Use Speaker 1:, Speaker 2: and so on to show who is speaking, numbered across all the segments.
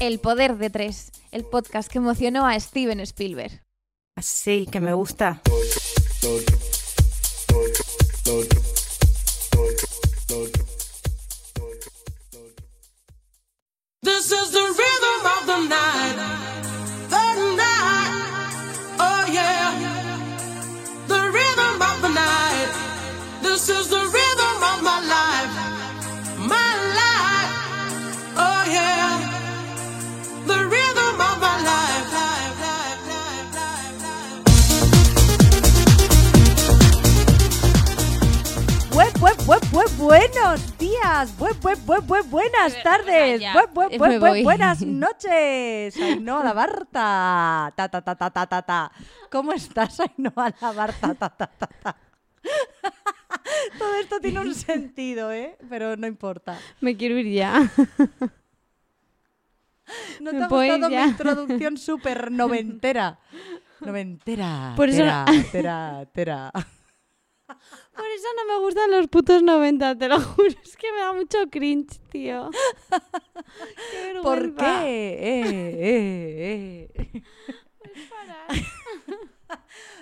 Speaker 1: El poder de tres, el podcast que emocionó a Steven Spielberg.
Speaker 2: Ah,
Speaker 3: Así que me gusta.
Speaker 4: This is the rhythm of the night. The night. Oh yeah. The rhythm of the night. This is the rhythm of my life. My life. Oh yeah. The rhythm of my life. life, life, life, life, life.
Speaker 2: Buen, buen, buen, buen, buenos días, buen, buen, buen, buen, buenas tardes,
Speaker 1: ya, eh,
Speaker 2: buen, buen,
Speaker 1: me
Speaker 2: buen,
Speaker 1: voy.
Speaker 2: buen, buenas noches, Ainhoa Barta, ta, ta, ta, ta, ta, ta, ta. ¿Cómo estás, Ainhoa Barta, ta, ta, ta, ta? Todo esto tiene un sentido, ¿eh? Pero no importa.
Speaker 1: Me quiero ir ya.
Speaker 2: ¿No
Speaker 1: Me
Speaker 2: te ha
Speaker 1: voy
Speaker 2: gustado
Speaker 1: ya.
Speaker 2: mi introducción súper noventera? Noventera,
Speaker 1: Por eso-
Speaker 2: tera, tera, tera.
Speaker 1: Por eso no me gustan los putos 90, te lo juro. Es que me da mucho cringe, tío. Qué
Speaker 2: ¿Por
Speaker 1: vergüenza.
Speaker 2: qué? Eh, eh, eh.
Speaker 5: Pues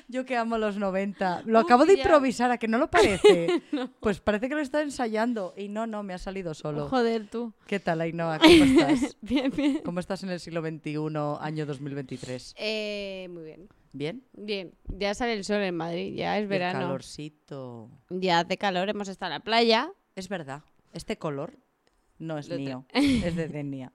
Speaker 2: Yo que amo los 90. Lo
Speaker 1: Uf,
Speaker 2: acabo de
Speaker 1: ya.
Speaker 2: improvisar, ¿a que no lo parece? Pues parece que lo está ensayando. Y no, no, me ha salido solo.
Speaker 1: Joder, tú.
Speaker 2: ¿Qué tal, Ainhoa? ¿Cómo estás?
Speaker 1: Bien, bien.
Speaker 2: ¿Cómo estás en el siglo XXI, año 2023?
Speaker 5: Eh, muy bien.
Speaker 2: ¿Bien?
Speaker 5: Bien, ya sale el sol en Madrid, ya es
Speaker 2: El
Speaker 5: verano.
Speaker 2: calorcito.
Speaker 5: Ya hace calor, hemos estado en la playa
Speaker 2: Es verdad. Este color no es
Speaker 5: Lo tra-
Speaker 2: mío, es de Denia.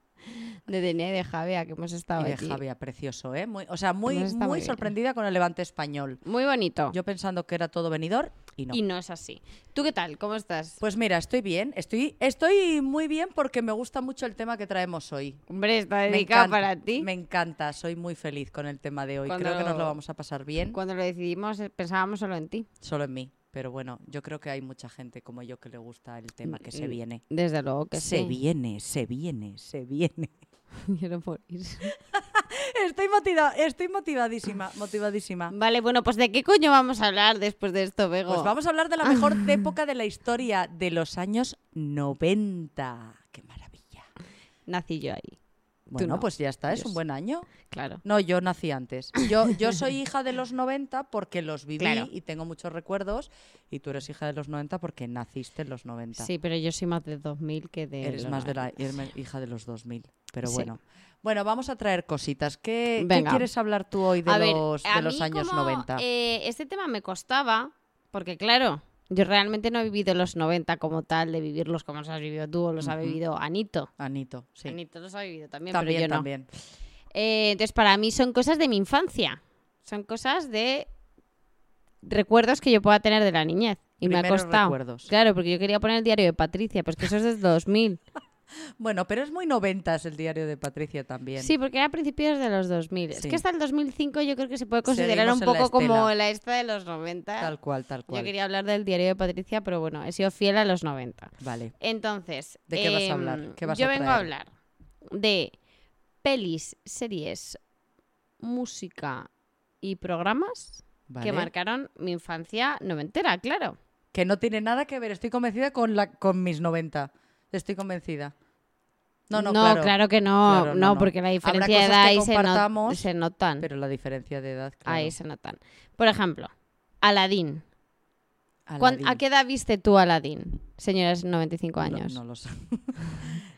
Speaker 5: de Denia y de Javea, que hemos estado
Speaker 2: Y de
Speaker 5: allí.
Speaker 2: Javier, precioso, ¿eh? Muy, o sea, muy,
Speaker 5: Eso está muy
Speaker 2: muy
Speaker 5: bien.
Speaker 2: sorprendida con el levante español.
Speaker 5: Muy bonito.
Speaker 2: Yo pensando que era todo venidor y no.
Speaker 5: Y no es así. ¿Tú qué tal? ¿Cómo estás?
Speaker 2: Pues mira, estoy bien, estoy, estoy muy bien porque me gusta mucho el tema que traemos hoy.
Speaker 5: Hombre, está
Speaker 2: Me
Speaker 5: dedicado
Speaker 2: encanta,
Speaker 5: para ti.
Speaker 2: Me encanta, soy muy feliz con el tema de hoy.
Speaker 5: Cuando
Speaker 2: Creo que nos lo
Speaker 5: lo-
Speaker 2: vamos a pasar bien,
Speaker 5: Cuando lo decidimos eh, pensábamos solo en ti.
Speaker 2: solo en mí. Pero bueno, yo creo que hay mucha gente como yo que le gusta el tema que se viene.
Speaker 5: Desde luego Mm, que
Speaker 2: se
Speaker 5: sí.
Speaker 2: viene, se viene, se viene.
Speaker 5: Quiero morir.
Speaker 2: Estoy motiva- estoy motivadísima, motivadísima.
Speaker 5: Vale, bueno, pues ¿de qué coño vamos a hablar después de esto, Bego?
Speaker 2: Pues vamos a hablar de la mejor
Speaker 5: Ah.
Speaker 2: época de la historia, de los años 90. ¡Qué maravilla!
Speaker 5: Nací yo ahí.
Speaker 2: Bueno,
Speaker 5: no.
Speaker 2: pues ya está, es
Speaker 5: Dios.
Speaker 2: un buen año.
Speaker 5: Claro.
Speaker 2: No, yo nací antes. Yo, yo soy hija de los 90 porque los viví
Speaker 5: Claro.
Speaker 2: y tengo muchos recuerdos. Y tú eres hija de los 90 porque naciste en los 90.
Speaker 5: Sí, pero yo soy más de 2000 que de...
Speaker 2: eres
Speaker 5: los
Speaker 2: más de
Speaker 5: 90.
Speaker 2: la irme- hija de los 2000. Pero
Speaker 5: Sí.
Speaker 2: bueno. Bueno, vamos a traer cositas. ¿Qué, qué
Speaker 5: Venga.
Speaker 2: quieres hablar tú hoy de
Speaker 5: A ver,
Speaker 2: los, de
Speaker 5: a
Speaker 2: los
Speaker 5: mí
Speaker 2: años
Speaker 5: como,
Speaker 2: 90?
Speaker 5: eh, este tema me costaba, porque claro, yo realmente no he vivido los 90 como tal, de vivirlos como los has vivido tú o los ha
Speaker 2: Ujú.
Speaker 5: vivido Anito.
Speaker 2: Anito, sí.
Speaker 5: Anito los ha vivido también,
Speaker 2: también,
Speaker 5: pero yo
Speaker 2: también.
Speaker 5: no. Eh, entonces, para mí son cosas de mi infancia. Son cosas de recuerdos que yo pueda tener de la niñez. Y me ha
Speaker 2: Primeros
Speaker 5: costado.
Speaker 2: recuerdos.
Speaker 5: Claro, porque yo quería poner el diario de Patricia, pues que eso es desde 2000.
Speaker 2: Bueno, pero es muy 90 el diario de Patricia también.
Speaker 5: Sí, porque era a principios de los 2000. Es
Speaker 2: Sí.
Speaker 5: que hasta el 2005 yo creo que se puede considerar
Speaker 2: Seguimos
Speaker 5: un
Speaker 2: en la
Speaker 5: poco como
Speaker 2: estela.
Speaker 5: la esta de los 90.
Speaker 2: Tal cual, tal cual.
Speaker 5: Yo quería hablar del diario de Patricia, pero bueno, he sido fiel a los 90.
Speaker 2: Vale.
Speaker 5: Entonces,
Speaker 2: ¿De qué vas a
Speaker 5: em,
Speaker 2: hablar? ¿Qué vas
Speaker 5: yo
Speaker 2: a
Speaker 5: vengo a
Speaker 2: traer?
Speaker 5: hablar de pelis, series, música y programas
Speaker 2: vale.
Speaker 5: que marcaron mi infancia noventera, claro.
Speaker 2: Que no tiene nada que ver. Estoy convencida con, la, con mis 90. Estoy convencida. No, no, claro.
Speaker 5: que no,
Speaker 2: Claro, no,
Speaker 5: no,
Speaker 2: no.
Speaker 5: porque la
Speaker 2: Habrá
Speaker 5: diferencia de
Speaker 2: cosas que
Speaker 5: edad ahí se, not-
Speaker 2: compartamos,
Speaker 5: se notan.
Speaker 2: Pero la diferencia de edad, claro.
Speaker 5: Ahí se notan. Por ejemplo, Aladdin. ¿Cuán-
Speaker 2: Aladín.
Speaker 5: ¿A qué edad viste tú Aladdin, señoras 95
Speaker 2: No-
Speaker 5: años?
Speaker 2: No, lo sé.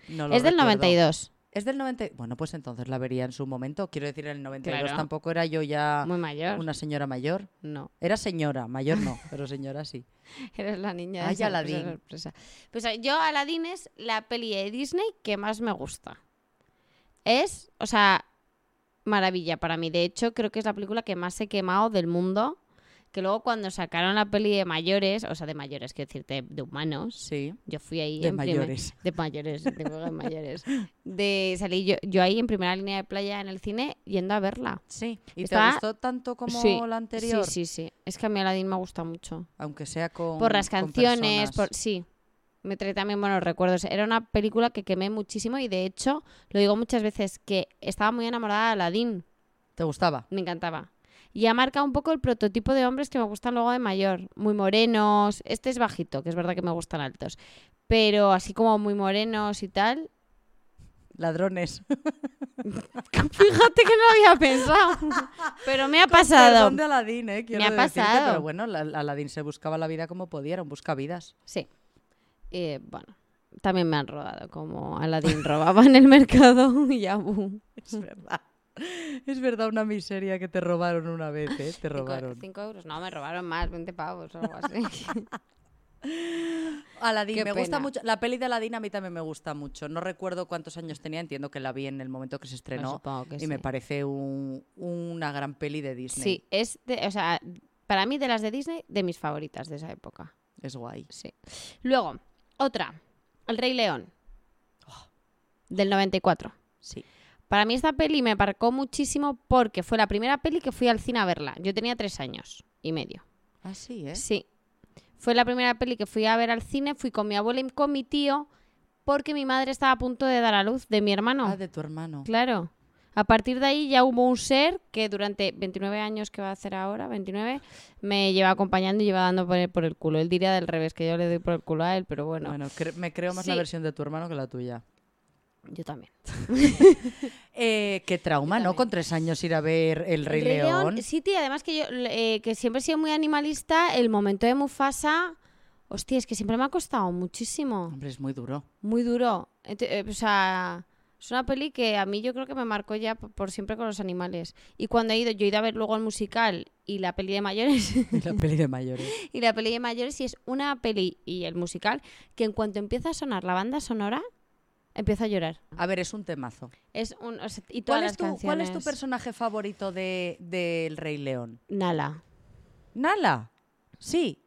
Speaker 2: No lo
Speaker 5: es del
Speaker 2: recuerdo.
Speaker 5: 92,
Speaker 2: Es del 90. Bueno, pues entonces la vería en su momento. Quiero decir, en el 92
Speaker 5: Claro.
Speaker 2: tampoco era yo ya
Speaker 5: muy mayor.
Speaker 2: Ah, una señora mayor.
Speaker 5: No.
Speaker 2: Era señora, mayor no, pero señora sí.
Speaker 5: Eres la niña de
Speaker 2: Ay,
Speaker 5: sorpresa,
Speaker 2: Aladdin.
Speaker 5: sorpresa. Pues eh, yo Aladdin es la peli de Disney que más me gusta. Es, o sea, maravilla para mí. De hecho, creo que es la película que más he quemado del mundo. Que luego cuando sacaron la peli de mayores, o sea, de mayores, quiero decirte, de humanos,
Speaker 2: Sí.
Speaker 5: yo fui ahí
Speaker 2: De
Speaker 5: en primer-
Speaker 2: mayores.
Speaker 5: de mayores, de juego de mayores. De salí yo, yo ahí en primera línea de playa en el cine yendo a verla.
Speaker 2: Sí. ¿Y
Speaker 5: Está-
Speaker 2: te gustó tanto como
Speaker 5: Sí,
Speaker 2: la anterior?
Speaker 5: Sí, sí, sí. Es que a mí Aladdin me gusta mucho.
Speaker 2: Aunque sea con.
Speaker 5: por las
Speaker 2: con
Speaker 5: canciones,
Speaker 2: personas.
Speaker 5: por sí. Me trae también buenos recuerdos. Era una película que quemé muchísimo y de hecho, lo digo muchas veces, que estaba muy enamorada de Aladdin.
Speaker 2: ¿Te gustaba?
Speaker 5: Me encantaba. Y ha marcado un poco el prototipo de hombres que me gustan luego de mayor. Muy morenos. Este es bajito, que es verdad que me gustan altos. Pero así como muy morenos y tal.
Speaker 2: Ladrones.
Speaker 5: Fíjate que no lo había pensado. Pero me ha pasado.
Speaker 2: Perdón de Aladín, eh, quiero
Speaker 5: ha
Speaker 2: decirte,
Speaker 5: pasado.
Speaker 2: Pero bueno, la- Aladín se buscaba la vida como pudiera, un buscavidas.
Speaker 5: Sí. Eh, bueno, también me han robado, como Aladdin robaba en el mercado y Abu.
Speaker 2: Es verdad. Es verdad una miseria que te robaron una vez, ¿eh? Te robaron.
Speaker 5: 5 euros. No, me robaron más, 20 pavos o algo así.
Speaker 2: Aladín,
Speaker 5: Qué
Speaker 2: me gusta
Speaker 5: pena.
Speaker 2: mucho. La peli de Aladín a mí también me gusta mucho. No recuerdo cuántos años tenía, entiendo que la vi en el momento que se estrenó.
Speaker 5: supongo que
Speaker 2: y me
Speaker 5: sí.
Speaker 2: parece un- una gran peli de Disney.
Speaker 5: sí, es de, o sea, para mí de las de Disney, de mis favoritas de esa época.
Speaker 2: Es guay.
Speaker 5: Sí. Luego, otra, El Rey León, Oh, del 94.
Speaker 2: Sí.
Speaker 5: Para mí esta peli me marcó muchísimo porque fue la primera peli que fui al cine a verla. Yo tenía tres años y medio.
Speaker 2: Ah, sí, ¿eh?
Speaker 5: Sí. Fue la primera peli que fui a ver al cine, fui con mi abuela y con mi tío, porque mi madre estaba a punto de dar a luz de mi hermano.
Speaker 2: Ah, de tu hermano.
Speaker 5: Claro. A partir de ahí ya hubo un ser que durante 29 años que va a hacer ahora, 29, me lleva acompañando y lleva dando por el, por el culo. Él diría del revés, que yo le doy por el culo a él, pero bueno,
Speaker 2: Bueno, cre- me creo más la
Speaker 5: Sí.
Speaker 2: versión de tu hermano que la tuya.
Speaker 5: yo también.
Speaker 2: Eh, qué trauma, ¿no? Con tres años ir a ver El Rey,
Speaker 5: Rey
Speaker 2: León.
Speaker 5: Sí, tía, además que yo eh, que siempre he sido muy animalista, el momento de Mufasa, hostia, es que siempre me ha costado muchísimo.
Speaker 2: Hombre, es muy duro.
Speaker 5: muy duro. Ent- eh, o sea, es una peli que a mí yo creo que me marcó ya p- por siempre con los animales. Y cuando he ido, yo he ido a ver luego el musical y la peli de mayores,
Speaker 2: Y la peli de mayores.
Speaker 5: y la peli de mayores, y es una peli y el musical que en cuanto empieza a sonar la banda sonora, empieza a llorar.
Speaker 2: A ver, es un temazo.
Speaker 5: Es un, o sea, y todas
Speaker 2: ¿Cuál
Speaker 5: las
Speaker 2: es, tu, cuál es tu
Speaker 5: canciones.
Speaker 2: personaje favorito de, de El Rey León?
Speaker 5: Nala.
Speaker 2: Nala. Sí.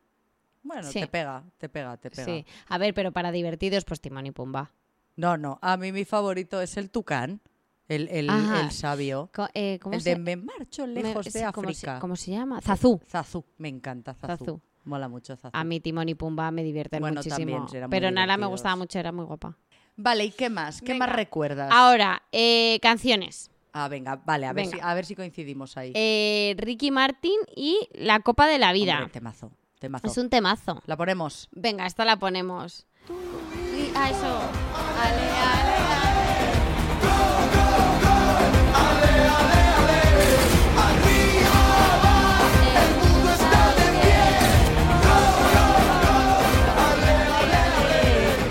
Speaker 2: Bueno,
Speaker 5: Sí.
Speaker 2: te pega, te pega, te pega.
Speaker 5: Sí. A ver, pero para divertidos, pues Timón y Pumba.
Speaker 2: No, no. A mí mi favorito es el tucán, el, el,
Speaker 5: Ajá.
Speaker 2: el sabio.
Speaker 5: Co- eh, ¿Cómo
Speaker 2: El
Speaker 5: se
Speaker 2: de me marcho
Speaker 5: me-
Speaker 2: lejos
Speaker 5: sí,
Speaker 2: de
Speaker 5: ¿cómo se-
Speaker 2: África.
Speaker 5: ¿Cómo se llama? Zazú.
Speaker 2: Zazú, me encanta Zazú.
Speaker 5: Zazú. Ah.
Speaker 2: Mola mucho Zazú.
Speaker 5: A mí Timón y Pumba me divierten
Speaker 2: Bueno,
Speaker 5: muchísimo.
Speaker 2: también, eran muy
Speaker 5: pero Nala me
Speaker 2: divertidos.
Speaker 5: gustaba mucho, era muy guapa.
Speaker 2: Vale, ¿y qué más? ¿Qué más
Speaker 5: Venga.
Speaker 2: recuerdas?
Speaker 5: Ahora, eh, canciones.
Speaker 2: Ah, venga, vale, a ver,
Speaker 5: Venga.
Speaker 2: Si, a ver si coincidimos ahí.
Speaker 5: Eh, Ricky Martin y La Copa de la Vida.
Speaker 2: Hombre, temazo, temazo.
Speaker 5: es un temazo.
Speaker 2: La ponemos.
Speaker 5: Venga, esta la ponemos. Y- ah, eso.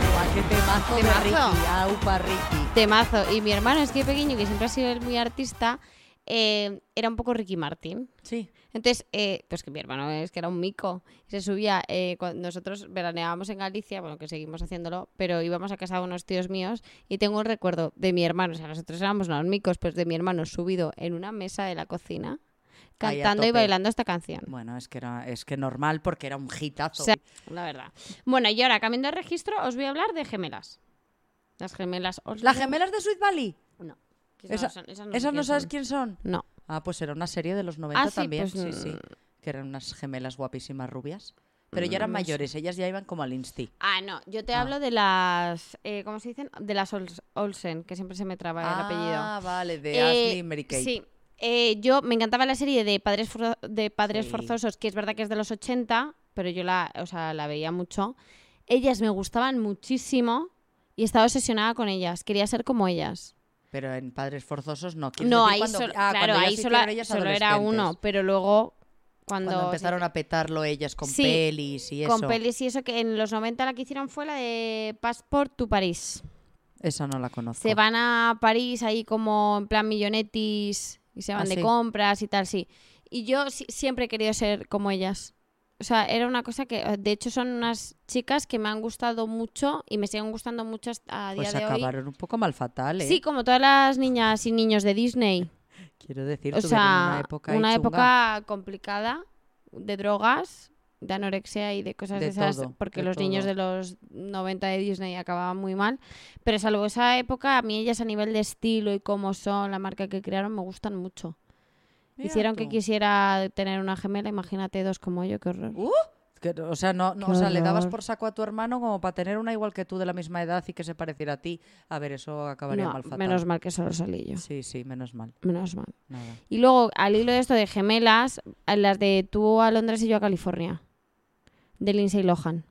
Speaker 2: Buah, qué temazo,
Speaker 5: Temazo.
Speaker 2: de Ricky. Aupa, Ricky.
Speaker 5: Temazo. Y mi hermano, es que pequeño, que siempre ha sido él muy artista, eh, era un poco Ricky Martin.
Speaker 2: Sí.
Speaker 5: Entonces, eh, pues que mi hermano es que era un mico. Se subía, eh, cuando nosotros veraneábamos en Galicia, bueno, que seguimos haciéndolo, pero íbamos a casa de unos tíos míos y tengo un recuerdo de mi hermano, o sea, nosotros éramos unos micos, pues de mi hermano subido en una mesa de la cocina,
Speaker 2: Ahí a
Speaker 5: cantando y
Speaker 2: tope.
Speaker 5: bailando esta canción.
Speaker 2: Bueno, es que, era, es que normal porque era un hitazo.
Speaker 5: O sea, la verdad. Bueno, y ahora, cambiando de registro, os voy a hablar de gemelas. Las gemelas Oslo.
Speaker 2: ¿Las gemelas de Sweet Valley?
Speaker 5: No. que
Speaker 2: Esa-
Speaker 5: son-
Speaker 2: ¿Esas
Speaker 5: sé
Speaker 2: no
Speaker 5: quién
Speaker 2: sabes
Speaker 5: son.
Speaker 2: quién son?
Speaker 5: No.
Speaker 2: Ah, pues era una serie de los 90
Speaker 5: Ah, sí,
Speaker 2: también.
Speaker 5: pues,
Speaker 2: sí, sí. Que eran unas gemelas guapísimas rubias. Pero
Speaker 5: Mm,
Speaker 2: ya eran mayores, ellas ya iban como al insti.
Speaker 5: Ah, no, yo te
Speaker 2: Ah.
Speaker 5: hablo de las. eh, ¿Cómo se dicen? De las Ols- Olsen, que siempre se me traba el
Speaker 2: Ah,
Speaker 5: apellido.
Speaker 2: vale, de
Speaker 5: Eh,
Speaker 2: Ashley y Mary Kate.
Speaker 5: Sí. Eh, yo me encantaba la serie de Padres, Forzo- de Padres
Speaker 2: Sí.
Speaker 5: Forzosos, que es verdad que es de los 80, pero yo la, o sea, la veía mucho. Ellas me gustaban muchísimo y estaba obsesionada con ellas. Quería ser como ellas.
Speaker 2: Pero en Padres Forzosos no. Quieres
Speaker 5: No,
Speaker 2: decir
Speaker 5: ahí
Speaker 2: cuando-
Speaker 5: solo,
Speaker 2: ah,
Speaker 5: claro,
Speaker 2: cuando ya
Speaker 5: ahí
Speaker 2: se
Speaker 5: solo,
Speaker 2: hicieron ellas
Speaker 5: solo era
Speaker 2: adolescentes.
Speaker 5: uno, pero luego cuando,
Speaker 2: Cuando, empezaron
Speaker 5: se-
Speaker 2: a petarlo ellas con
Speaker 5: Sí,
Speaker 2: pelis y eso.
Speaker 5: con pelis y eso que en los 90 la que hicieron fue la de Passport to París.
Speaker 2: Esa no la conozco.
Speaker 5: Se van a París ahí como en plan millonetis y se
Speaker 2: Ah,
Speaker 5: van de
Speaker 2: sí.
Speaker 5: compras y tal, sí. Y yo si- siempre he querido ser como ellas. O sea, era una cosa que, de hecho, son unas chicas que me han gustado mucho y me siguen gustando mucho hasta- a día
Speaker 2: Pues
Speaker 5: de hoy.
Speaker 2: acabaron un poco mal fatal, ¿eh?
Speaker 5: Sí, como todas las niñas y niños de Disney.
Speaker 2: Quiero decir,
Speaker 5: O
Speaker 2: tuvieron
Speaker 5: sea,
Speaker 2: una época ahí
Speaker 5: una
Speaker 2: chunga.
Speaker 5: época complicada de drogas, de anorexia y de cosas
Speaker 2: De
Speaker 5: de, esas,
Speaker 2: todo,
Speaker 5: porque
Speaker 2: de
Speaker 5: los niños
Speaker 2: todo.
Speaker 5: de los 90 de Disney acababan muy mal. Pero salvo esa época, a mí ellas a nivel de estilo y cómo son, la marca que crearon, me gustan mucho.
Speaker 2: Mira
Speaker 5: Hicieron que
Speaker 2: tú.
Speaker 5: quisiera tener una gemela, imagínate dos como yo, qué horror.
Speaker 2: ¡Uh! que, no- o sea, no, no,
Speaker 1: Qué
Speaker 2: o sea, le dabas
Speaker 1: horror.
Speaker 2: por saco a tu hermano como para tener una igual que tú de la misma edad y que se pareciera a ti. A ver, eso acabaría
Speaker 5: No,
Speaker 2: mal fatal.
Speaker 5: menos mal que solo salí yo.
Speaker 2: Sí, sí, menos mal.
Speaker 5: Menos mal.
Speaker 2: Nada.
Speaker 5: Y luego, al hilo de esto de gemelas, a las de tú a Londres y yo a California. De Lindsay Lohan.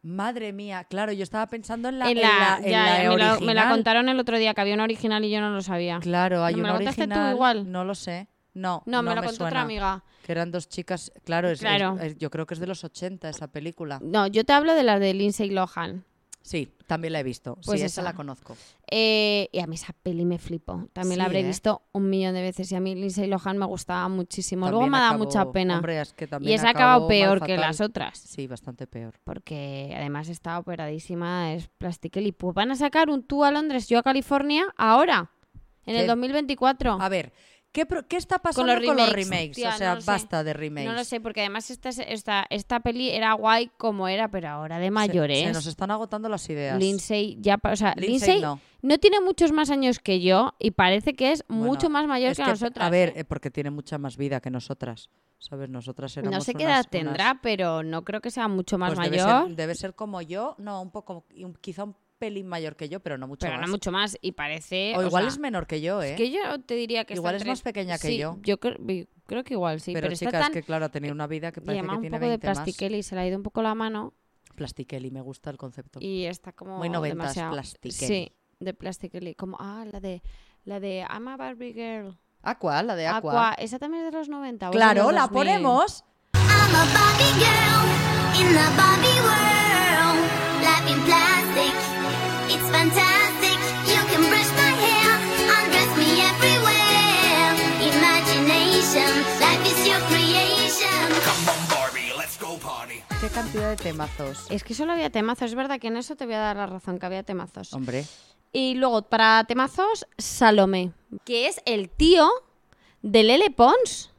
Speaker 2: Madre mía, claro, yo estaba pensando en la,
Speaker 5: En
Speaker 2: en la-
Speaker 5: la-
Speaker 2: en
Speaker 5: ya,
Speaker 2: la
Speaker 5: me, la, me la
Speaker 2: original.
Speaker 5: contaron el otro día que había una original y yo no lo sabía.
Speaker 2: Claro, hay
Speaker 5: ¿No me
Speaker 2: una
Speaker 5: la contaste tú
Speaker 2: original.
Speaker 5: igual?
Speaker 2: No lo sé. No,
Speaker 5: No, me lo
Speaker 2: me
Speaker 5: contó
Speaker 2: suena.
Speaker 5: otra amiga.
Speaker 2: Que eran dos chicas. Claro, es- es-
Speaker 5: Claro.
Speaker 2: es- yo creo que es de los 80 esa película.
Speaker 5: No, yo te hablo de las de Lindsay Lohan.
Speaker 2: Sí, también la he visto.
Speaker 5: Pues
Speaker 2: sí, esa.
Speaker 5: esa.
Speaker 2: la conozco.
Speaker 5: Eh, y a mí esa peli me flipó. También la
Speaker 2: Sí,
Speaker 5: habré
Speaker 2: ¿eh?
Speaker 5: visto un millón de veces. Y a mí Lindsay Lohan me gustaba muchísimo. Luego
Speaker 2: También
Speaker 5: me ha dado
Speaker 2: acabó-
Speaker 5: mucha pena.
Speaker 2: hombre, es que
Speaker 5: y
Speaker 2: también
Speaker 5: esa ha acabado
Speaker 2: mal
Speaker 5: peor que
Speaker 2: fatal.
Speaker 5: las otras.
Speaker 2: Sí, bastante peor.
Speaker 5: Porque además está operadísima, es plastiquel. Y pues van a sacar un tú a Londres, yo a California, ahora. En el
Speaker 2: ¿Qué? Ah,
Speaker 5: 2024.
Speaker 2: A ver, ¿qué, pro- qué está
Speaker 5: Con
Speaker 2: pasando
Speaker 5: los
Speaker 2: con los remakes?
Speaker 5: remakes, tía,
Speaker 2: o sea,
Speaker 5: no lo sé.
Speaker 2: basta de remakes.
Speaker 5: No lo sé, porque además esta, esta, esta peli era guay como era, pero ahora de
Speaker 2: Se-
Speaker 5: mayores.
Speaker 2: Se, nos están agotando las ideas.
Speaker 5: Lindsay ya, pa- o sea,
Speaker 2: Lindsay
Speaker 5: Lindsay, no.
Speaker 2: no.
Speaker 5: tiene muchos más años que yo y parece que es
Speaker 2: Bueno,
Speaker 5: mucho más mayor
Speaker 2: es
Speaker 5: que, nosotras.
Speaker 2: A ver,
Speaker 5: ¿eh?
Speaker 2: eh, porque tiene mucha más vida que nosotras. ¿Sabes? Nosotras éramos
Speaker 5: no sé qué
Speaker 2: unas-
Speaker 5: edad tendrá,
Speaker 2: unas-
Speaker 5: pero no creo que sea mucho más
Speaker 2: pues debe ser-
Speaker 5: mayor,
Speaker 2: Debe ser, como yo, no, un poco, y un- quizá un pelín mayor que yo, pero no mucho
Speaker 5: pero
Speaker 2: más.
Speaker 5: no mucho más y parece.
Speaker 2: o igual
Speaker 5: sea,
Speaker 2: es menor que yo, ¿eh?
Speaker 5: es que yo te diría que está
Speaker 2: Igual es
Speaker 5: entre-
Speaker 2: más pequeña que
Speaker 5: Sí,
Speaker 2: yo.
Speaker 5: Yo cre- vi- creo, que igual sí, pero,
Speaker 2: pero
Speaker 5: está
Speaker 2: chicas,
Speaker 5: tan
Speaker 2: que claro, ha tenido una vida que
Speaker 5: y
Speaker 2: parece que
Speaker 5: además un
Speaker 2: tiene
Speaker 5: poco de
Speaker 2: 20 más.
Speaker 5: plastiquel y se le ha ido un poco la mano
Speaker 2: Plastiqueli, me gusta el concepto.
Speaker 5: y está como
Speaker 2: Muy noventas,
Speaker 5: demasiado.
Speaker 2: plastiqueli.
Speaker 5: Sí, de plastiquel como ah, la de la de I'm a Barbie Girl.
Speaker 2: Aqua, la de Aqua.
Speaker 5: Aqua, esa también es de los 90 o es de
Speaker 2: Claro,
Speaker 5: los
Speaker 2: la
Speaker 5: 2000.
Speaker 2: ponemos.
Speaker 6: I'm a Barbie girl in the Barbie world. Life in plastic, it's fantastic. You can brush my hair, undress me everywhere. Imagination, life is your creation.
Speaker 2: Qué cantidad de temazos.
Speaker 5: Es que solo había temazos, es verdad que en eso te voy a dar la razón, que había temazos.
Speaker 2: Hombre,
Speaker 5: Y luego, para temazos, Salomé, que es el tío de Lele Pons.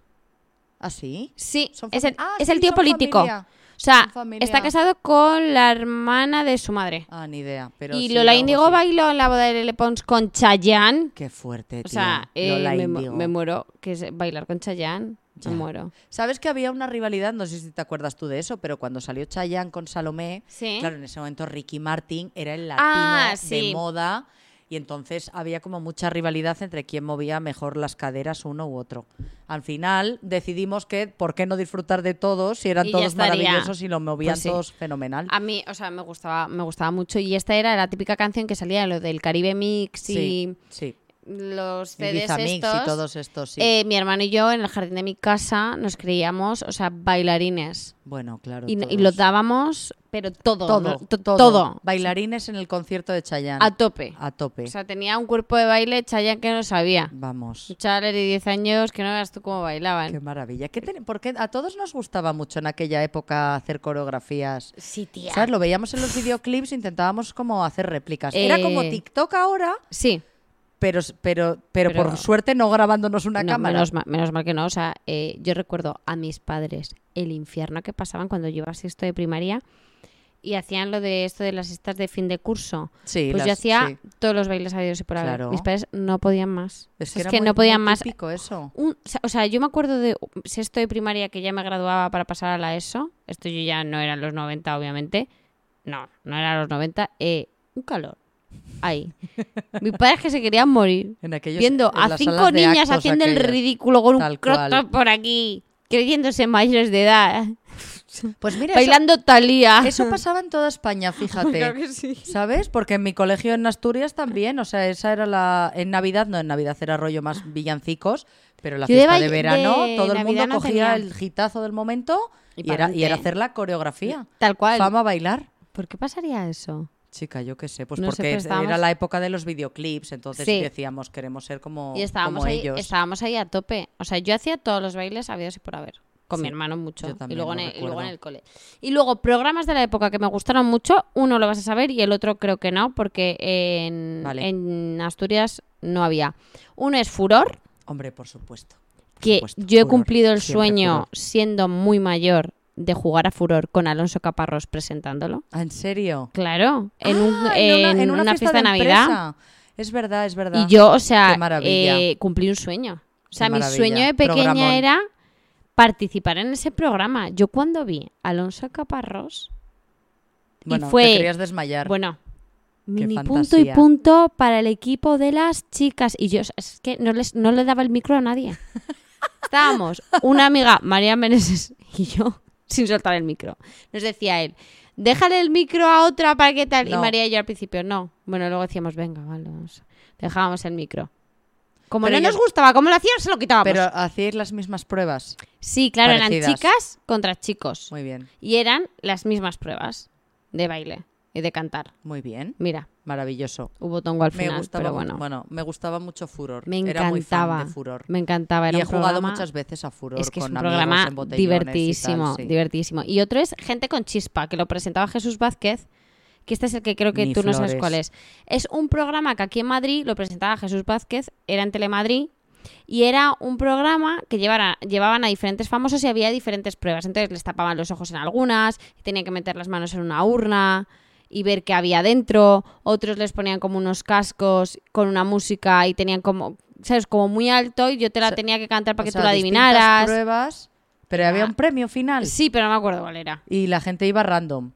Speaker 2: ¿ah, ¿así?
Speaker 5: Sí,
Speaker 2: Son
Speaker 5: es
Speaker 2: fami-
Speaker 5: el,
Speaker 2: Ah,
Speaker 5: es el
Speaker 2: sí,
Speaker 5: tío
Speaker 2: son
Speaker 5: político.
Speaker 2: familia.
Speaker 5: O sea,
Speaker 2: Son familia.
Speaker 5: está casado con la hermana de su madre.
Speaker 2: Ah, ni idea. Pero
Speaker 5: y
Speaker 2: sí,
Speaker 5: Lola
Speaker 2: algo
Speaker 5: Índigo
Speaker 2: así.
Speaker 5: bailó en la boda de Lele Pons con Chayanne.
Speaker 2: Qué fuerte, tío.
Speaker 5: O sea, eh,
Speaker 2: Lola
Speaker 5: me, mu-
Speaker 2: Índigo.
Speaker 5: me muero, que es bailar con Chayanne,
Speaker 2: Ya.
Speaker 5: me muero.
Speaker 2: ¿Sabes que había una rivalidad? No sé si te acuerdas tú de eso, pero cuando salió Chayanne con Salomé,
Speaker 5: Sí.
Speaker 2: claro, en ese momento Ricky Martin era el latino
Speaker 5: Ah, sí.
Speaker 2: de moda y entonces había como mucha rivalidad entre quién movía mejor las caderas uno u otro. Al final decidimos que por qué no disfrutar de todos si eran
Speaker 5: Y ya
Speaker 2: todos
Speaker 5: estaría.
Speaker 2: maravillosos y lo movían
Speaker 5: Pues sí.
Speaker 2: todos fenomenal.
Speaker 5: A mí, o sea, me gustaba, me gustaba mucho y esta era la típica canción que salía de lo del Caribe Mix y
Speaker 2: sí, sí.
Speaker 5: los
Speaker 2: Y
Speaker 5: CDs
Speaker 2: Bizamix
Speaker 5: estos.
Speaker 2: y todos estos, sí.
Speaker 5: Eh, mi hermano y yo en el jardín de mi casa nos creíamos, o sea, bailarines.
Speaker 2: bueno, claro.
Speaker 5: Y, y
Speaker 2: todos.
Speaker 5: lo dábamos, pero todo,
Speaker 2: todo,
Speaker 5: to-
Speaker 2: todo.
Speaker 5: todo,
Speaker 2: Bailarines en el concierto de Chayanne.
Speaker 5: a tope.
Speaker 2: A tope. Mm.
Speaker 5: O sea, tenía un cuerpo de baile Chayanne que no sabía.
Speaker 2: Vamos.
Speaker 5: Chavales de 10 años que no veas tú cómo bailaban.
Speaker 2: Qué maravilla. ¿Qué ten- Porque a todos nos gustaba mucho en aquella época hacer coreografías.
Speaker 5: Sí, tía.
Speaker 2: ¿Sabes? Lo veíamos en los videoclips, intentábamos como hacer réplicas. Era como
Speaker 5: Eh,
Speaker 2: TikTok ahora,
Speaker 5: Sí.
Speaker 2: pero, pero, pero,
Speaker 5: Pero-
Speaker 2: por suerte no grabándonos una
Speaker 5: No,
Speaker 2: cámara.
Speaker 5: Menos, ma- menos mal que no. O sea, eh, yo recuerdo a mis padres el infierno que pasaban cuando yo iba a sexto de primaria y hacían lo de esto de las estas de fin de curso.
Speaker 2: Sí,
Speaker 5: pues yo
Speaker 2: las-
Speaker 5: hacía
Speaker 2: sí.
Speaker 5: todos los bailes habidos y por haber.
Speaker 2: Claro.
Speaker 5: Mis padres no podían más. O sea, Es que,
Speaker 2: era muy-
Speaker 5: no podían
Speaker 2: muy
Speaker 5: más.
Speaker 2: típico eso.
Speaker 5: Un- o sea, yo me acuerdo de sexto de primaria que ya me graduaba para pasar a la ESO. Esto yo ya no eran los 90, obviamente. No, no eran los 90. Eh, un calor. Ahí. Mis padres que se querían morir.
Speaker 2: En aquellos-
Speaker 5: Viendo
Speaker 2: en
Speaker 5: a
Speaker 2: las
Speaker 5: cinco
Speaker 2: salas de
Speaker 5: niñas
Speaker 2: actos
Speaker 5: haciendo el
Speaker 2: aquellas.
Speaker 5: ridículo con un
Speaker 2: Tal
Speaker 5: crop
Speaker 2: cual.
Speaker 5: top por aquí, creyéndose mayores de edad,
Speaker 2: Pues mira, eso-
Speaker 5: bailando talía.
Speaker 2: Eso pasaba en toda España, fíjate. ¿Sabes? Porque en mi colegio en Asturias también, o sea, esa era la... En Navidad, no, en Navidad era rollo más villancicos, pero la
Speaker 5: Yo de
Speaker 2: fiesta
Speaker 5: baile-
Speaker 2: de verano,
Speaker 5: de
Speaker 2: todo el
Speaker 5: Navidad
Speaker 2: mundo
Speaker 5: no
Speaker 2: cogía
Speaker 5: tenía.
Speaker 2: el gitazo del momento
Speaker 5: Y
Speaker 2: y, era, y era
Speaker 5: pa'lante.
Speaker 2: hacer la coreografía.
Speaker 5: Tal cual.
Speaker 2: Fama bailar.
Speaker 5: ¿Por qué pasaría eso?
Speaker 2: Chica, yo qué sé, pues
Speaker 5: No sé,
Speaker 2: porque
Speaker 5: pero estábamos-
Speaker 2: era la época de los videoclips, entonces
Speaker 5: Sí.
Speaker 2: decíamos queremos ser como,
Speaker 5: Y estábamos
Speaker 2: como
Speaker 5: ahí,
Speaker 2: ellos.
Speaker 5: estábamos ahí a tope. O sea, yo hacía todos los bailes habidos y por haber. Con mi
Speaker 2: Sí,
Speaker 5: hermano mucho.
Speaker 2: yo
Speaker 5: y,
Speaker 2: también
Speaker 5: luego
Speaker 2: lo
Speaker 5: en el, y luego en
Speaker 2: recuerdo.
Speaker 5: el cole. Y luego, programas de la época que me gustaron mucho, uno lo vas a saber y el otro creo que no, porque en,
Speaker 2: Vale.
Speaker 5: en Asturias no había. Uno es Furor,
Speaker 2: Hombre, por supuesto.
Speaker 5: que
Speaker 2: supuesto,
Speaker 5: yo he
Speaker 2: Furor,
Speaker 5: cumplido el
Speaker 2: siempre
Speaker 5: sueño,
Speaker 2: Furor.
Speaker 5: siendo muy mayor, de jugar a Furor con Alonso Caparrós presentándolo.
Speaker 2: Ah, ¿En serio?
Speaker 5: Claro, en, un-
Speaker 2: Ah,
Speaker 5: en una, fiesta, de Navidad.
Speaker 2: empresa. Es verdad, es verdad.
Speaker 5: Y yo, o
Speaker 2: Qué
Speaker 5: sea,
Speaker 2: maravilla.
Speaker 5: eh, cumplí un sueño. O sea,
Speaker 2: Qué
Speaker 5: mi
Speaker 2: maravilla.
Speaker 5: sueño de pequeña
Speaker 2: Programón.
Speaker 5: era participar en ese programa. Yo cuando vi a Alonso Caparrós,
Speaker 2: Bueno,
Speaker 5: fue-
Speaker 2: te querías desmayar.
Speaker 5: bueno, mini punto y
Speaker 2: fantasía.
Speaker 5: punto para el equipo de las chicas. Y yo, es que no, les, no le daba el micro a nadie. Estábamos, una amiga, María Meneses y yo, sin soltar el micro. Nos decía él, déjale el micro a otra para que tal. Y
Speaker 2: No.
Speaker 5: María y yo al principio, no. Bueno, luego decíamos, venga, vale, vamos. Dejábamos el micro. Como
Speaker 2: Pero
Speaker 5: no
Speaker 2: yo-
Speaker 5: nos gustaba, como lo hacían, se lo quitábamos.
Speaker 2: Pero hacíais las mismas pruebas.
Speaker 5: sí, claro, eran
Speaker 2: parecidas.
Speaker 5: chicas contra chicos.
Speaker 2: Muy bien,
Speaker 5: Y eran las mismas pruebas de baile y de cantar.
Speaker 2: muy bien.
Speaker 5: Mira,
Speaker 2: Maravilloso.
Speaker 5: hubo tongo al final,
Speaker 2: me gustaba,
Speaker 5: pero
Speaker 2: mu-
Speaker 5: bueno.
Speaker 2: me gustaba mucho Furor.
Speaker 5: Me
Speaker 2: Era muy fan
Speaker 5: encantaba.
Speaker 2: de Furor.
Speaker 5: Me encantaba. Era
Speaker 2: y he
Speaker 5: un
Speaker 2: jugado
Speaker 5: programa-
Speaker 2: muchas veces a Furor
Speaker 5: Es que es
Speaker 2: con
Speaker 5: un
Speaker 2: amigos
Speaker 5: programa
Speaker 2: en botellones y tal,
Speaker 5: divertidísimo,
Speaker 2: sí.
Speaker 5: divertidísimo. Y otro es Gente con Chispa, que lo presentaba Jesús Vázquez, que este es el que creo que
Speaker 2: Ni
Speaker 5: tú no sabes
Speaker 2: flores.
Speaker 5: cuál es. Es un programa que aquí en Madrid lo presentaba Jesús Vázquez, era en Telemadrid, y era un programa que llevara- llevaban a diferentes famosos y había diferentes pruebas. Entonces les tapaban los ojos en algunas, tenían que meter las manos en una urna y ver qué había dentro. Otros les ponían como unos cascos con una música y tenían como, ¿sabes? Como muy alto y yo te la
Speaker 2: O sea-
Speaker 5: tenía que cantar
Speaker 2: O
Speaker 5: para que
Speaker 2: sea,
Speaker 5: tú la
Speaker 2: distintas
Speaker 5: adivinaras.
Speaker 2: pruebas, pero había un premio final.
Speaker 5: Sí, pero no me acuerdo cuál era.
Speaker 2: Y la gente iba random.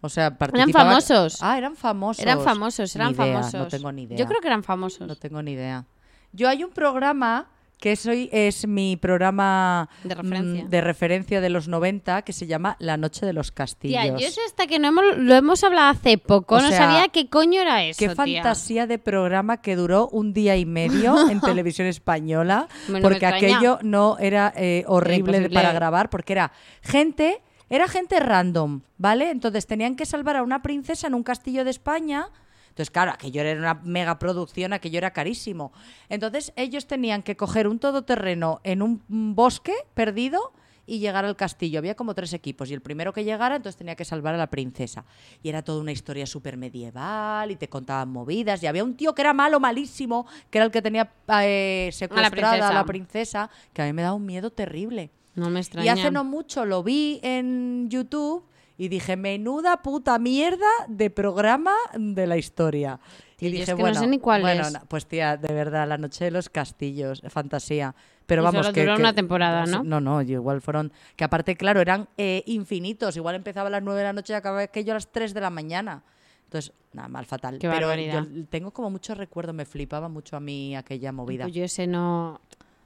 Speaker 2: O sea, participaban-
Speaker 5: famosos.
Speaker 2: Ah, eran famosos.
Speaker 5: Eran famosos,
Speaker 2: Ni
Speaker 5: eran
Speaker 2: idea,
Speaker 5: famosos.
Speaker 2: No tengo ni idea.
Speaker 5: Yo creo que eran famosos.
Speaker 2: No tengo ni idea. Yo hay un programa que soy, es mi programa
Speaker 5: De referencia.
Speaker 2: mm, de referencia de los 90 que se llama La Noche de los Castillos.
Speaker 5: Tía, yo eso hasta que no hemos, lo hemos hablado hace poco,
Speaker 2: O
Speaker 5: no
Speaker 2: sea,
Speaker 5: sabía qué coño era eso.
Speaker 2: Qué
Speaker 5: tía.
Speaker 2: fantasía de programa que duró un día y medio en televisión española,
Speaker 5: Bueno, me
Speaker 2: porque
Speaker 5: extraña.
Speaker 2: aquello no era eh, horrible de-
Speaker 5: imposible.
Speaker 2: para grabar, porque era gente, era gente random, ¿vale? Entonces tenían que salvar a una princesa en un castillo de España. Entonces, claro, aquello era una mega producción, aquello era carísimo. Entonces, ellos tenían que coger un todoterreno en un mm, bosque perdido y llegar al castillo. Había como tres equipos y el primero que llegara entonces tenía que salvar a la princesa. Y era toda una historia súper medieval y te contaban movidas y había un tío que era malo, malísimo, que era el que tenía eh, secuestrada a
Speaker 5: princesa.
Speaker 2: la princesa, que a mí me da un miedo terrible.
Speaker 5: No me
Speaker 2: Y
Speaker 5: extraña.
Speaker 2: hace no mucho lo vi en YouTube y dije, menuda puta mierda de programa de la historia.
Speaker 5: Tío,
Speaker 2: y
Speaker 5: yo es
Speaker 2: dije,
Speaker 5: que no
Speaker 2: bueno,
Speaker 5: sé ni cuál
Speaker 2: bueno,
Speaker 5: es.
Speaker 2: na- pues tía, de verdad, la noche de los castillos, eh, fantasía. Pero
Speaker 5: Y
Speaker 2: vamos,
Speaker 5: solo
Speaker 2: que,
Speaker 5: duró
Speaker 2: que-
Speaker 5: una temporada, ¿no?
Speaker 2: No, no, yo igual fueron, que aparte, claro, eran eh, infinitos. Igual empezaba a las 9 de la noche y acababa aquello a las 3 de la mañana. Entonces, nada, mal, fatal.
Speaker 5: Qué
Speaker 2: Pero
Speaker 5: barbaridad.
Speaker 2: yo tengo como mucho recuerdo, me flipaba mucho a mí aquella movida.
Speaker 5: Pues yo ese no,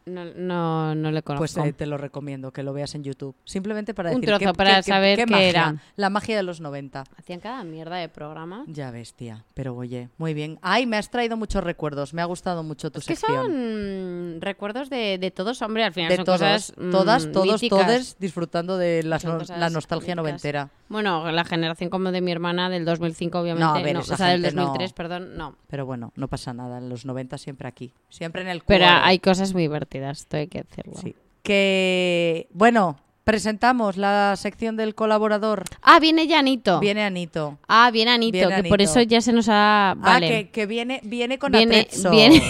Speaker 5: no, no, no le conozco.
Speaker 2: Pues eh, te lo recomiendo, que lo veas en YouTube. Simplemente para
Speaker 5: Un
Speaker 2: decir
Speaker 5: trozo
Speaker 2: qué-
Speaker 5: para
Speaker 2: qué- qué-
Speaker 5: saber
Speaker 2: qué
Speaker 5: qué
Speaker 2: magia,
Speaker 5: era.
Speaker 2: La magia de los 90.
Speaker 5: Hacían cada mierda de programa.
Speaker 2: Ya ves, tía. Pero oye, muy bien. Ay, me has traído muchos recuerdos. Me ha gustado mucho tu
Speaker 5: Es que
Speaker 2: sección.
Speaker 5: son mm, recuerdos de, de todos, hombre, al final
Speaker 2: de
Speaker 5: son
Speaker 2: todos,
Speaker 5: cosas mm,
Speaker 2: todas, todos,
Speaker 5: míticas.
Speaker 2: todes disfrutando de las
Speaker 5: Son
Speaker 2: no-
Speaker 5: cosas
Speaker 2: la nostalgia
Speaker 5: míticas.
Speaker 2: noventera.
Speaker 5: Bueno, la generación como de mi hermana del 2005, obviamente.
Speaker 2: No, a ver,
Speaker 5: no,
Speaker 2: esa
Speaker 5: o sea, del
Speaker 2: gente no.
Speaker 5: 2003, perdón, no.
Speaker 2: Pero bueno, no pasa nada. En los 90 siempre aquí. Siempre en el
Speaker 5: Pero
Speaker 2: cuore.
Speaker 5: hay cosas muy divertidas, esto hay que decirlo.
Speaker 2: Sí. Que, bueno, presentamos la sección del colaborador.
Speaker 5: Ah, viene Janito.
Speaker 2: Viene Anito.
Speaker 5: Ah, viene Anito,
Speaker 2: Viene
Speaker 5: que por
Speaker 2: Anito.
Speaker 5: eso ya se nos ha... Vale.
Speaker 2: Ah, que, que viene, viene con
Speaker 5: Viene-
Speaker 2: atrezzo.
Speaker 5: viene-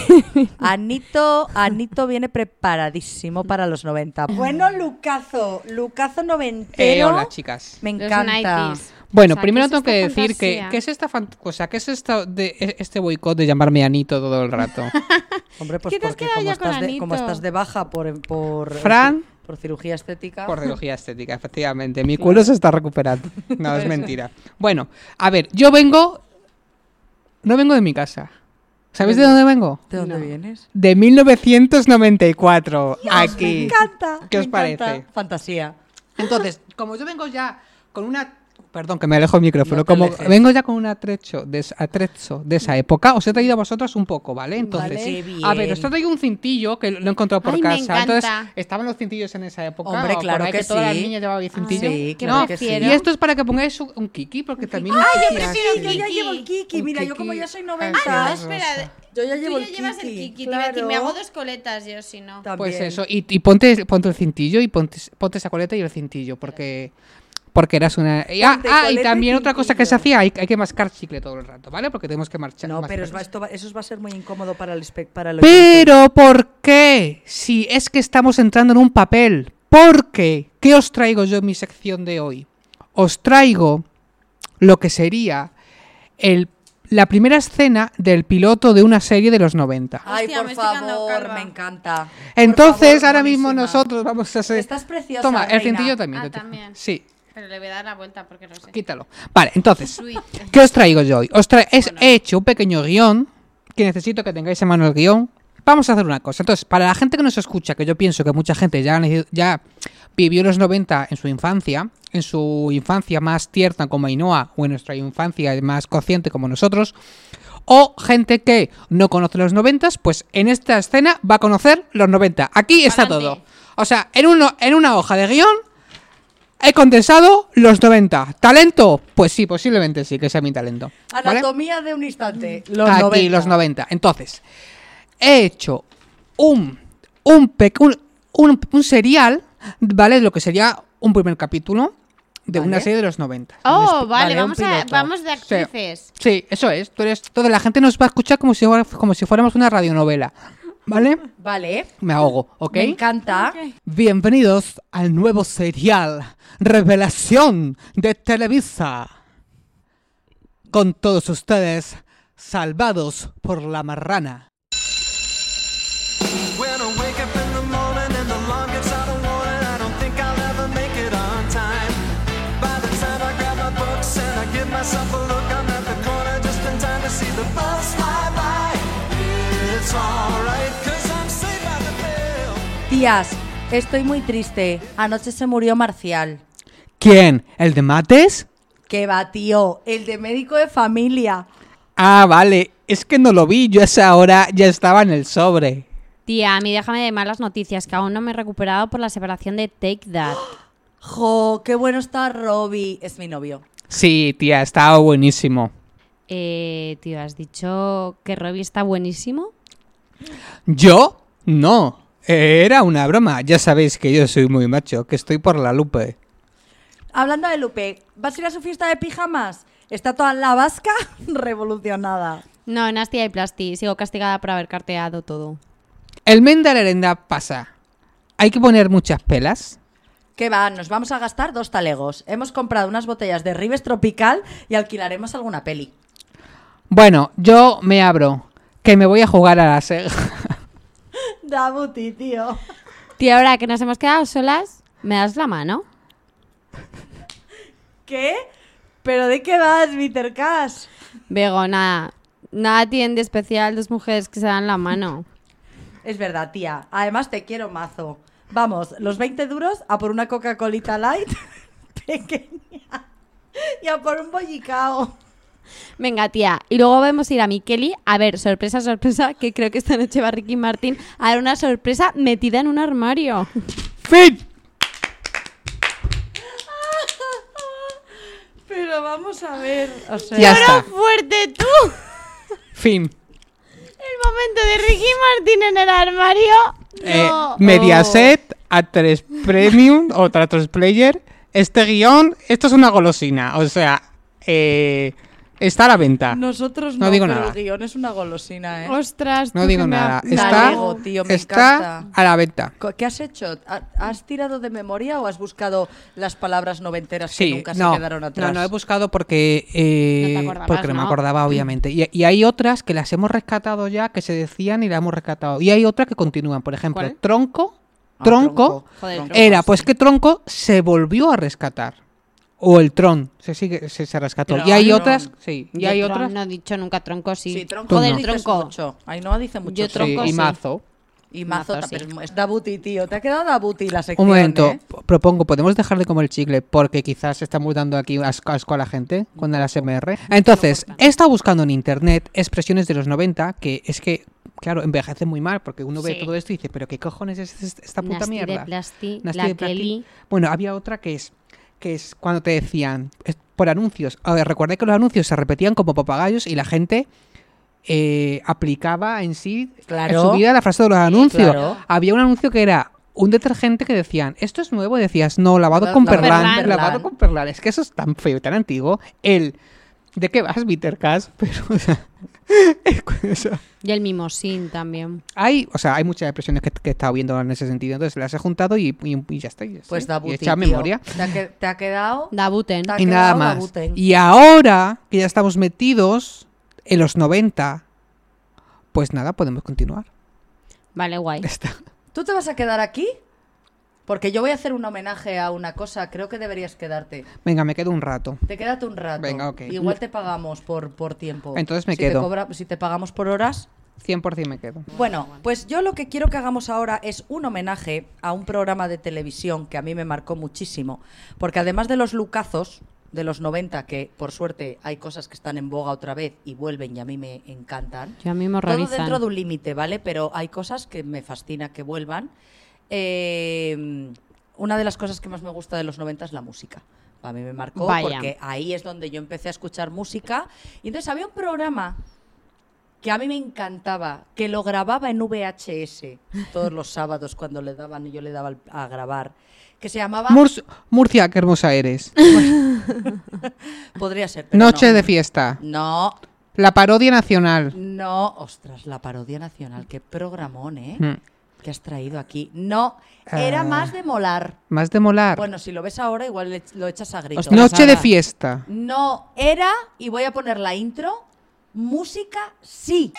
Speaker 2: Anito, Anito viene preparadísimo para los 90. Bueno, Lucazo, Lucazo
Speaker 7: Eh,
Speaker 2: noventero.
Speaker 7: hola, chicas.
Speaker 2: Me
Speaker 5: Los
Speaker 2: encanta.
Speaker 5: 90s.
Speaker 7: Bueno,
Speaker 5: O sea,
Speaker 7: primero
Speaker 5: ¿qué es
Speaker 7: tengo que
Speaker 5: esta
Speaker 7: decir que
Speaker 5: fantasía?
Speaker 7: ¿qué es esta fan- cosa? ¿Qué es esto de e- este boicot de llamarme Anito todo el rato?
Speaker 2: Hombre, pues
Speaker 5: ¿Qué te has
Speaker 2: porque
Speaker 5: quedado
Speaker 2: como
Speaker 5: ya con
Speaker 2: estás, de, como
Speaker 5: Anito?
Speaker 2: estás de baja por, por,
Speaker 7: Fran.
Speaker 2: por cirugía estética.
Speaker 7: Por cirugía estética, efectivamente. Mi culo se está recuperando. No, es mentira. Bueno, a ver, yo vengo. No vengo de mi casa. ¿Sabéis de dónde vengo?
Speaker 2: ¿De dónde vienes?
Speaker 7: De 1994. aquí.
Speaker 2: Me encanta.
Speaker 7: ¿Qué
Speaker 2: me
Speaker 7: os
Speaker 2: encanta.
Speaker 7: parece?
Speaker 2: Fantasía.
Speaker 7: Entonces, como yo vengo ya con una. Perdón, que me alejo el micrófono.
Speaker 2: No te
Speaker 7: como
Speaker 2: alejes.
Speaker 7: vengo ya con un atrecho de, es- atrecho de esa época, os he traído a vosotros un poco, ¿vale? Entonces,
Speaker 2: Vale. Qué
Speaker 7: a
Speaker 2: bien.
Speaker 7: ver, os he traído un cintillo que lo he encontrado por
Speaker 5: Ay, me
Speaker 7: casa. Entonces,
Speaker 5: encanta.
Speaker 7: estaban los cintillos en esa época.
Speaker 2: Hombre,
Speaker 7: o Pues por
Speaker 2: claro
Speaker 7: ahí
Speaker 2: que
Speaker 7: todas las
Speaker 2: sí. Ah,
Speaker 7: niñas llevaban cintillos.
Speaker 2: Sí,
Speaker 5: ¿qué
Speaker 2: claro que sí.
Speaker 5: prefiero?
Speaker 7: Y esto es para que pongáis un, un kiki, porque también. ¡Ay,
Speaker 2: Yo prefiero, yo ya llevo el Kiki. Mira, yo como ya soy 90. Yo ya llevo el Kiki. claro.
Speaker 5: coletas yo, si no.
Speaker 2: También.
Speaker 7: Pues eso, y, y ponte, ponte el cintillo y ponte, ponte esa coleta y el cintillo, porque porque eras una... y- ah,
Speaker 2: Ponte
Speaker 7: ah, y
Speaker 2: coleta y
Speaker 7: también otra cosa que se
Speaker 2: cintillo.
Speaker 7: hacía, hay, hay que mascar chicle todo el rato, ¿vale? Porque tenemos que marchar.
Speaker 2: No,
Speaker 7: mascar
Speaker 2: pero es-
Speaker 7: chicle.
Speaker 2: esto va- eso va a ser muy incómodo para el espec- para el oyente.
Speaker 7: Pero, ¿por qué? Si es que estamos entrando en un papel. ¿Por qué? ¿Qué os traigo yo en mi sección de hoy? Os traigo lo que sería el la primera escena del piloto de una serie de los 90.
Speaker 2: Ay,
Speaker 1: Hostia,
Speaker 2: por
Speaker 1: me estoy quedando
Speaker 2: favor,
Speaker 1: calva.
Speaker 2: me encanta.
Speaker 7: Entonces,
Speaker 2: favor,
Speaker 7: ahora mismo
Speaker 2: buenísima.
Speaker 7: nosotros vamos a hacer...
Speaker 2: Estás preciosa,
Speaker 7: Toma, el
Speaker 2: reina.
Speaker 7: cintillo también.
Speaker 5: Ah,
Speaker 7: lo tengo.
Speaker 5: también.
Speaker 7: Sí,
Speaker 5: Pero le voy a dar la vuelta porque no sé.
Speaker 7: quítalo. Vale, entonces,
Speaker 5: Sweet.
Speaker 7: ¿qué os traigo yo hoy? Os tra- es- he hecho un pequeño guión, que necesito que tengáis en mano el guión. Vamos a hacer una cosa. Entonces, para la gente que nos escucha, que yo pienso que mucha gente ya, ne- ya vivió los 90 en su infancia, en su infancia más tierna como Ainhoa, o en nuestra infancia más consciente como nosotros, o gente que no conoce los 90, pues en esta escena va a conocer los 90. Aquí está todo.
Speaker 5: Pa'lante.
Speaker 7: O sea, en, uno, en una hoja de guión he condensado los 90. ¿Talento? Pues sí, posiblemente sí que sea mi talento. ¿vale?
Speaker 2: Anatomía de un instante. Los
Speaker 7: Aquí,
Speaker 2: 90.
Speaker 7: los 90. Entonces, he hecho un, un, pe- un, un- un serial, ¿vale? Lo que sería un primer capítulo de una
Speaker 2: Vale.
Speaker 7: serie de los 90. Un
Speaker 5: Oh,
Speaker 7: esp-
Speaker 5: vale,
Speaker 7: un
Speaker 5: vamos, a,
Speaker 7: piloto.
Speaker 5: vamos de
Speaker 7: Sí.
Speaker 5: actrices.
Speaker 7: Sí, eso es. Tú eres, toda la gente nos va a escuchar como si, fuera- como si fuéramos una radionovela. ¿Vale?
Speaker 2: Vale.
Speaker 7: Me ahogo, ¿ok?
Speaker 2: Me encanta.
Speaker 7: Bienvenidos al nuevo serial Revelación de Televisa. Con todos ustedes, salvados por la marrana.
Speaker 8: When I wake up in the morning and the alarm gets out of warning, I don't think I'll ever make it on time. By the time I grab my books and I give myself a look, I'm at the corner just in time to see the bus fly by. It's alright, cause I'm saved by the bell.
Speaker 2: Tías, estoy muy triste. Anoche se murió Marcial.
Speaker 7: ¿Quién? ¿El de mates?
Speaker 2: Que va, tío. El de médico de familia.
Speaker 7: Ah, vale. Es que no lo vi. Yo a esa hora ya estaba en el sobre.
Speaker 5: Tía, a mí déjame de malas noticias, que aún no me he recuperado por la separación de Take That.
Speaker 2: Jo, qué bueno está Robbie. Es mi novio.
Speaker 7: Sí, tía, estaba buenísimo.
Speaker 5: Eh, tío, ¿has dicho que Robbie está buenísimo?
Speaker 7: ¿Yo? No. Era una broma. Ya sabéis que yo soy muy macho, que estoy por la lupe.
Speaker 2: Hablando de Lupe, ¿vas a ir a su fiesta de pijamas? Está toda la vasca revolucionada.
Speaker 5: No, Nastia y Plasti, sigo castigada por haber carteado todo.
Speaker 7: El men de la herenda pasa. Hay que poner muchas pelas.
Speaker 2: ¿Qué va? Nos vamos a gastar dos talegos. Hemos comprado unas botellas de Ribes Tropical y alquilaremos alguna peli.
Speaker 7: Bueno, yo me abro. Que me voy a jugar a la Sega.
Speaker 2: Dabuti, tío.
Speaker 5: Tía, ahora que nos hemos quedado solas, ¿me das la mano?
Speaker 2: ¿Qué? ¿Pero de qué vas, Peter Cash?
Speaker 5: Vego, nada. Nada tiene de especial dos mujeres que se dan la mano.
Speaker 2: Es verdad, tía. Además te quiero mazo. Vamos, los 20 duros a por una Coca-Colita light pequeña y a por un bollicao.
Speaker 5: Venga, tía. Y luego vamos a ir a Mikeli. A ver, sorpresa, sorpresa, que creo que esta noche va Ricky Martín a dar una sorpresa metida en un armario.
Speaker 7: ¡Fin!
Speaker 2: Pero vamos a ver. O sea,
Speaker 7: Ya está.
Speaker 5: ¡Fuerte tú!
Speaker 7: Fin.
Speaker 5: El momento de Ricky Martín en el armario.
Speaker 7: Eh,
Speaker 5: No.
Speaker 7: Mediaset, A3 Premium, otra 3 Player. Este guión, esto es una golosina. O sea, eh, está a la venta.
Speaker 2: nosotros
Speaker 7: No
Speaker 2: no,
Speaker 7: digo
Speaker 2: pero
Speaker 7: nada.
Speaker 2: el guión es una golosina, ¿eh?
Speaker 5: Ostras,
Speaker 7: No
Speaker 5: tú
Speaker 7: digo
Speaker 5: que me
Speaker 7: nada.
Speaker 5: ha-
Speaker 7: Está,
Speaker 2: Nalego, tío, me
Speaker 7: está
Speaker 2: encanta.
Speaker 7: a la venta.
Speaker 2: Co- ¿Qué has hecho? ¿Ha- ¿Has tirado de memoria o has buscado las palabras noventeras que
Speaker 7: Sí,
Speaker 2: nunca
Speaker 7: no,
Speaker 2: se quedaron atrás?
Speaker 7: no, no he buscado porque, eh,
Speaker 5: No te acordabas,
Speaker 7: porque no, me
Speaker 5: ¿no?
Speaker 7: acordaba, obviamente. Y, y hay otras que las hemos rescatado ya, que se decían y las hemos rescatado. Y hay otras que continúan. Por ejemplo,
Speaker 5: ¿Cuál?
Speaker 7: Tronco.
Speaker 2: Ah,
Speaker 7: tronco.
Speaker 5: Joder,
Speaker 2: Tronco.
Speaker 7: Era, pues que Tronco se volvió a rescatar. O el Tron, se sigue, se, se rescató. y hay
Speaker 2: Tron.
Speaker 7: otras, sí, y
Speaker 5: Yo
Speaker 7: hay
Speaker 5: tron-
Speaker 7: otras.
Speaker 5: No he dicho nunca tronco, sí.
Speaker 2: Sí, tronco.
Speaker 5: Joder,
Speaker 2: dices
Speaker 5: tronco.
Speaker 2: Mucho. Ainhoa dice mucho.
Speaker 5: Yo
Speaker 7: Sí,
Speaker 5: tronco,
Speaker 7: y
Speaker 5: sí.
Speaker 7: mazo.
Speaker 2: Y mazo,
Speaker 5: Mazo, sí.
Speaker 2: pero es Dabuti, tío. Te ha quedado Dabuti la sección.
Speaker 7: Un momento,
Speaker 2: ¿eh?
Speaker 7: p- propongo, ¿podemos dejar de comer chicle? Porque quizás estamos dando aquí asco, asco a la gente con el ASMR. Entonces, he estado buscando en internet expresiones de los 90 que es que, claro, envejecen muy mal porque uno ve
Speaker 5: Sí.
Speaker 7: todo esto y dice, ¿pero qué cojones es es- esta puta
Speaker 5: Nasty de
Speaker 7: mierda?
Speaker 5: Plasti,
Speaker 7: Nasty
Speaker 5: la
Speaker 7: de Plasti.
Speaker 5: Kelly.
Speaker 7: Bueno, había otra que es que es cuando te decían es por anuncios. A ver, recordé que los anuncios se repetían como papagayos y la gente eh, aplicaba en sí
Speaker 2: Claro.
Speaker 7: en su vida la frase de los anuncios.
Speaker 2: claro.
Speaker 7: Había un anuncio que era un detergente que decían, esto es nuevo, y decías, no, lavado
Speaker 2: La-
Speaker 7: con
Speaker 2: lavado
Speaker 7: perlán,
Speaker 5: con
Speaker 7: lavado
Speaker 2: perlán.
Speaker 7: con perlán. Es que eso es tan feo, y tan antiguo. El, ¿de qué vas, Bittercast? Pero, o sea, es cu- o sea,
Speaker 5: Y el mimosín también.
Speaker 7: hay, o sea, hay muchas expresiones que, que he estado viendo en ese sentido, entonces las he juntado y, y- y ya está. y ya
Speaker 2: Pues
Speaker 7: está. Y
Speaker 2: Dabuti, tío.
Speaker 7: hecha memoria.
Speaker 2: Te ha, que- te ha quedado...
Speaker 5: Dabuten.
Speaker 2: Te ha
Speaker 7: Y nada
Speaker 2: quedado
Speaker 7: más.
Speaker 2: Dabuten.
Speaker 7: Y ahora que ya estamos metidos, en los 90, pues nada, podemos continuar.
Speaker 5: Vale, guay.
Speaker 7: Ya está.
Speaker 2: ¿Tú te vas a quedar aquí? Porque yo voy a hacer un homenaje a una cosa, creo que deberías quedarte.
Speaker 7: Venga, me quedo un rato.
Speaker 2: Te quédate un rato.
Speaker 7: Venga, ok.
Speaker 2: Igual te pagamos por, por tiempo.
Speaker 7: Entonces me
Speaker 2: Si
Speaker 7: quedo.
Speaker 2: Te cobra- si te pagamos por horas.
Speaker 7: 100% me quedo.
Speaker 2: Bueno, pues yo lo que quiero que hagamos ahora es un homenaje a un programa de televisión que a mí me marcó muchísimo. Porque además de los lucazos de los 90, que por suerte hay cosas que están en boga otra vez y vuelven y a mí me encantan.
Speaker 5: Yo a mí me
Speaker 2: Todo
Speaker 5: horrorizan.
Speaker 2: dentro de un límite, ¿vale? Pero hay cosas que me fascina que vuelvan. Eh, una de las cosas que más me gusta de los 90 es la música. A mí me marcó
Speaker 5: Vaya.
Speaker 2: porque ahí es donde yo empecé a escuchar música. Y entonces había un programa que a mí me encantaba, que lo grababa en VHS todos los sábados cuando le daban y yo le daba al- a grabar, que se llamaba...
Speaker 7: Murs- Murcia, qué hermosa eres.
Speaker 2: podría ser. pero
Speaker 7: Noche
Speaker 2: no.
Speaker 7: de fiesta.
Speaker 2: No,
Speaker 7: La parodia nacional.
Speaker 2: no, ostras, la parodia nacional, qué programón, ¿eh?
Speaker 7: Mm.
Speaker 2: que has traído aquí. No, era
Speaker 7: Ah.
Speaker 2: más de molar.
Speaker 7: Más de molar.
Speaker 2: Bueno, si lo ves ahora, igual le- lo echas a gritos.
Speaker 5: Ostras.
Speaker 7: Noche de
Speaker 5: ahora-
Speaker 7: fiesta.
Speaker 2: No, era, y voy a poner la intro, música sí.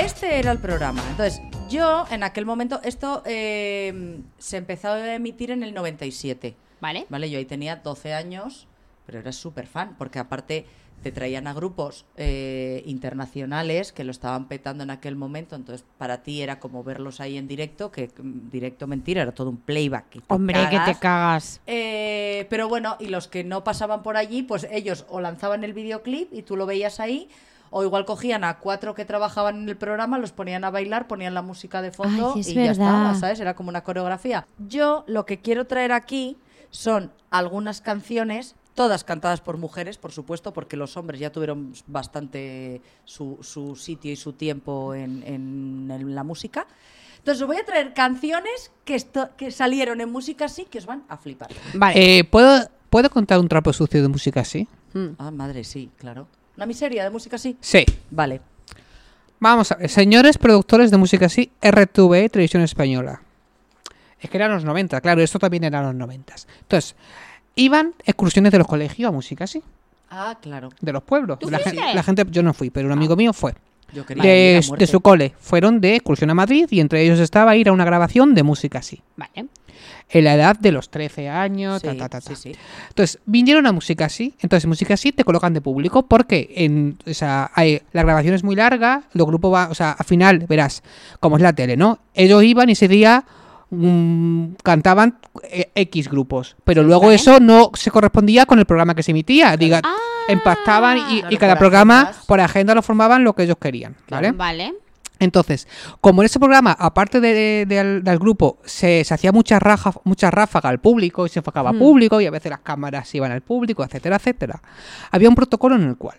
Speaker 2: Este era el programa. Entonces, yo en aquel momento, esto eh, se empezó a emitir en el 97.
Speaker 5: ¿Vale?
Speaker 2: Vale, yo ahí tenía 12 años, pero era súper fan, porque aparte te traían a grupos eh, internacionales que lo estaban petando en aquel momento, entonces para ti era como verlos ahí en directo, que mm, directo mentira, era todo un playback. que te
Speaker 5: Hombre, que te
Speaker 2: cagas.
Speaker 5: cagas.
Speaker 2: Eh, pero bueno, y los que no pasaban por allí, pues ellos o lanzaban el videoclip y tú lo veías ahí, o igual cogían a cuatro que trabajaban en el programa, los ponían a bailar, ponían la música de fondo
Speaker 5: Ay, es
Speaker 2: y ya
Speaker 5: verdad.
Speaker 2: estaba, ¿sabes? Era como una coreografía. Yo lo que quiero traer aquí son algunas canciones, todas cantadas por mujeres, por supuesto, porque los hombres ya tuvieron bastante su, su sitio y su tiempo en, en- en la música. Entonces os voy a traer canciones que, esto- que salieron en música sí que os van a flipar.
Speaker 5: Vale.
Speaker 7: Eh, ¿puedo, ¿Puedo contar un trapo sucio de música así?
Speaker 2: Ah, madre, sí, claro. Una miseria de música sí.
Speaker 7: Sí.
Speaker 2: Vale.
Speaker 7: Vamos a ver. Señores productores de música así, RTV, Televisión Española. Es que eran los 90, claro, esto también eran los 90. Entonces, iban excursiones de los colegios a música así,
Speaker 2: Ah, claro.
Speaker 7: de los pueblos.
Speaker 5: ¿Tú
Speaker 7: la, gen-
Speaker 5: fuiste?
Speaker 7: la gente, yo no fui, pero un amigo mío fue.
Speaker 2: Yo quería ir a
Speaker 7: De,
Speaker 2: muerte.
Speaker 7: de su cole. Fueron de excursión a Madrid y entre ellos estaba ir a una grabación de música así.
Speaker 5: Vale.
Speaker 7: En la edad de los 13 años,
Speaker 2: Sí,
Speaker 7: ta, ta, ta, ta.
Speaker 2: sí, sí.
Speaker 7: Entonces, vinieron a música así. Entonces, música así te colocan de público porque en, o sea, hay- la grabación es muy larga. Los grupos va, o sea, al final verás como es la tele, ¿no? Ellos iban y ese día mm, cantaban eh, X grupos, pero luego eso no se correspondía con el programa que se emitía. Diga, empactaban y,
Speaker 2: Ah,
Speaker 7: y
Speaker 2: Claro,
Speaker 7: cada
Speaker 2: por
Speaker 7: programa
Speaker 2: agendas.
Speaker 7: por agenda lo formaban lo que ellos querían, ¿vale?
Speaker 5: Vale.
Speaker 7: Entonces, como en ese programa, aparte de- del, del grupo, se, se hacía mucha, raja, mucha ráfaga al público y se enfocaba
Speaker 5: Mm.
Speaker 7: al público y a veces las cámaras iban al público, etcétera, etcétera, había un protocolo en el cual,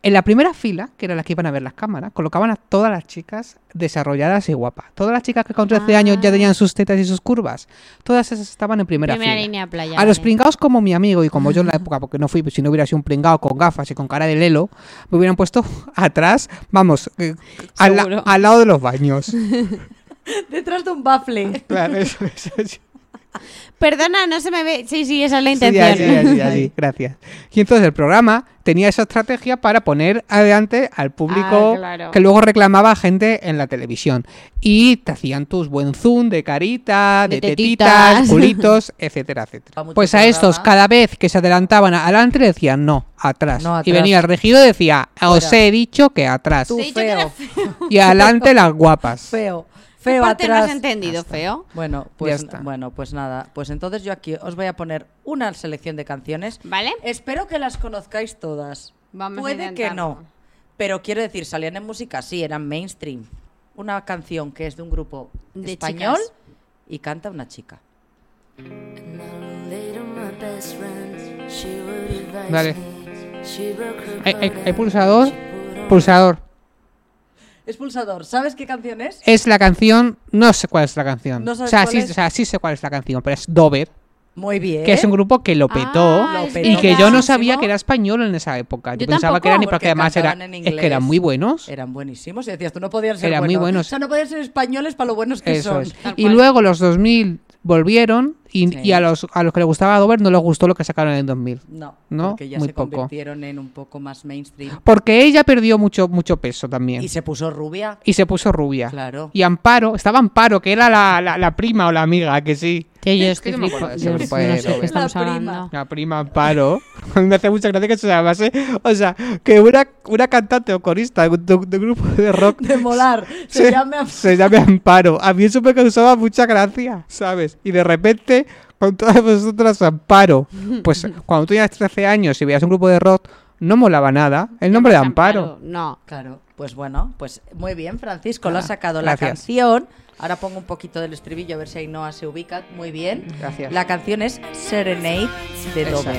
Speaker 7: en la primera fila, que era la que iban a ver las cámaras, colocaban a todas las chicas desarrolladas y guapas. Todas las chicas que con 13
Speaker 5: Ah.
Speaker 7: años ya tenían sus tetas y sus curvas, todas esas estaban en primera,
Speaker 5: Primera
Speaker 7: fila.
Speaker 5: línea playa.
Speaker 7: A los
Speaker 5: vale.
Speaker 7: pringados como mi amigo y como yo en la época, porque no fui, si no hubiera sido un pringado con gafas y con cara de lelo, me hubieran puesto atrás, vamos, eh, al, la-
Speaker 5: Seguro.
Speaker 7: al lado de los baños.
Speaker 2: Detrás de un baffle.
Speaker 7: Claro, eso, eso, eso.
Speaker 5: Perdona, no se me ve. Sí, sí, esa es la
Speaker 7: Sí,
Speaker 5: intención.
Speaker 7: así, así, así, gracias. Y entonces el programa tenía esa estrategia para poner adelante al público
Speaker 5: Ah, claro.
Speaker 7: que luego reclamaba gente en la televisión. Y te hacían tus buen zoom de carita, de,
Speaker 5: De
Speaker 7: tetitas,
Speaker 5: tetitas.
Speaker 7: culitos, etcétera,
Speaker 2: Va
Speaker 7: etcétera.
Speaker 2: mucho
Speaker 7: Pues a estos,
Speaker 2: programa.
Speaker 7: cada vez que se adelantaban a- adelante, le decían no, atrás.
Speaker 2: No,
Speaker 7: Y
Speaker 2: atrás.
Speaker 7: venía el regido y decía, os he dicho que atrás.
Speaker 2: Tú
Speaker 5: Te he dicho que era
Speaker 2: feo.
Speaker 5: feo.
Speaker 7: Y adelante las guapas.
Speaker 5: Pues.
Speaker 2: Feo.
Speaker 5: ¿Qué
Speaker 2: Feo
Speaker 5: parte no has
Speaker 2: atrás.
Speaker 5: entendido, feo?
Speaker 2: Bueno, pues
Speaker 7: está.
Speaker 2: bueno, pues nada. Pues entonces yo aquí os voy a poner una selección de canciones.
Speaker 5: ¿Vale?
Speaker 2: Espero que las conozcáis todas.
Speaker 5: Vamos a
Speaker 2: Puede que
Speaker 5: intentarlo.
Speaker 2: no. Pero quiero decir, salían en música, sí, eran mainstream. Una canción que es de un grupo
Speaker 5: De
Speaker 2: español
Speaker 5: chicas.
Speaker 2: y canta una chica.
Speaker 7: Vale. Hay, hay- hay pulsador, pulsador.
Speaker 2: Es pulsador. ¿Sabes qué canción es?
Speaker 7: Eh, Es la canción, no sé cuál es la canción.
Speaker 2: ¿No
Speaker 7: o,
Speaker 2: sabes
Speaker 7: sea,
Speaker 2: cuál
Speaker 7: sí,
Speaker 2: es? ¿Eh?
Speaker 7: o sea, sí sé cuál es la canción, pero es Dover.
Speaker 2: Muy bien.
Speaker 7: que es un grupo que lo petó
Speaker 5: Ah,
Speaker 2: Lo
Speaker 5: es
Speaker 2: petó
Speaker 7: y que yo no sabía
Speaker 5: buenísimo.
Speaker 7: que era español en esa época. Yo,
Speaker 5: Yo
Speaker 7: pensaba
Speaker 5: tampoco,
Speaker 7: que eran y
Speaker 2: porque
Speaker 7: porque además era,
Speaker 2: cantaban en
Speaker 7: es
Speaker 2: inglés.
Speaker 7: que eran muy buenos.
Speaker 2: Eran buenísimos y decías, tú no podían ser
Speaker 7: Eran muy buenos.
Speaker 2: O sea, no podían ser españoles para lo buenos que
Speaker 7: Eso
Speaker 2: son.
Speaker 7: es.
Speaker 5: Tal
Speaker 7: Y
Speaker 5: cual.
Speaker 7: luego los 2000 volvieron y,
Speaker 2: Sí.
Speaker 7: y a, los, a los que les gustaba Dover no les gustó lo que sacaron en el 2000.
Speaker 2: No,
Speaker 7: No,
Speaker 2: porque ya
Speaker 7: muy
Speaker 2: se
Speaker 7: poco.
Speaker 2: convirtieron en un poco más mainstream.
Speaker 7: Porque ella perdió mucho, mucho peso también.
Speaker 2: Y
Speaker 7: Y se,
Speaker 2: se puso rubia.
Speaker 7: puso rubia.
Speaker 2: Claro.
Speaker 7: Y Amparo, estaba Amparo, que era la, la- la prima o la amiga, que sí.
Speaker 5: Tío, yo
Speaker 7: Es que
Speaker 5: estoy
Speaker 7: no me acuerdo
Speaker 5: flipo.
Speaker 7: de ese
Speaker 5: Yo no
Speaker 7: grupo
Speaker 5: sé
Speaker 7: de
Speaker 5: de qué
Speaker 7: Dover.
Speaker 5: estamos
Speaker 2: La prima.
Speaker 5: hablando.
Speaker 7: La prima Amparo. Me hace mucha gracia que se llamase. O sea, que una, una cantante o corista de, un- de un grupo de rock
Speaker 2: De molar. Se llame a-
Speaker 7: se llame Amparo. A mí eso me causaba mucha gracia, ¿sabes? Y de repente, con todas vosotras, Amparo. Pues cuando tú tenías 13 años y veías un grupo de rock, no molaba nada. El nombre de Amparo.
Speaker 5: No.
Speaker 2: Claro. Pues bueno, pues muy bien, Francisco. lo
Speaker 7: Ah,
Speaker 2: has sacado la
Speaker 7: gracias.
Speaker 2: canción. Ahora pongo un poquito del estribillo a ver si Ainhoa se ubica. Muy bien.
Speaker 7: Gracias.
Speaker 2: La canción es Serenade de
Speaker 7: Esa.
Speaker 2: Dover.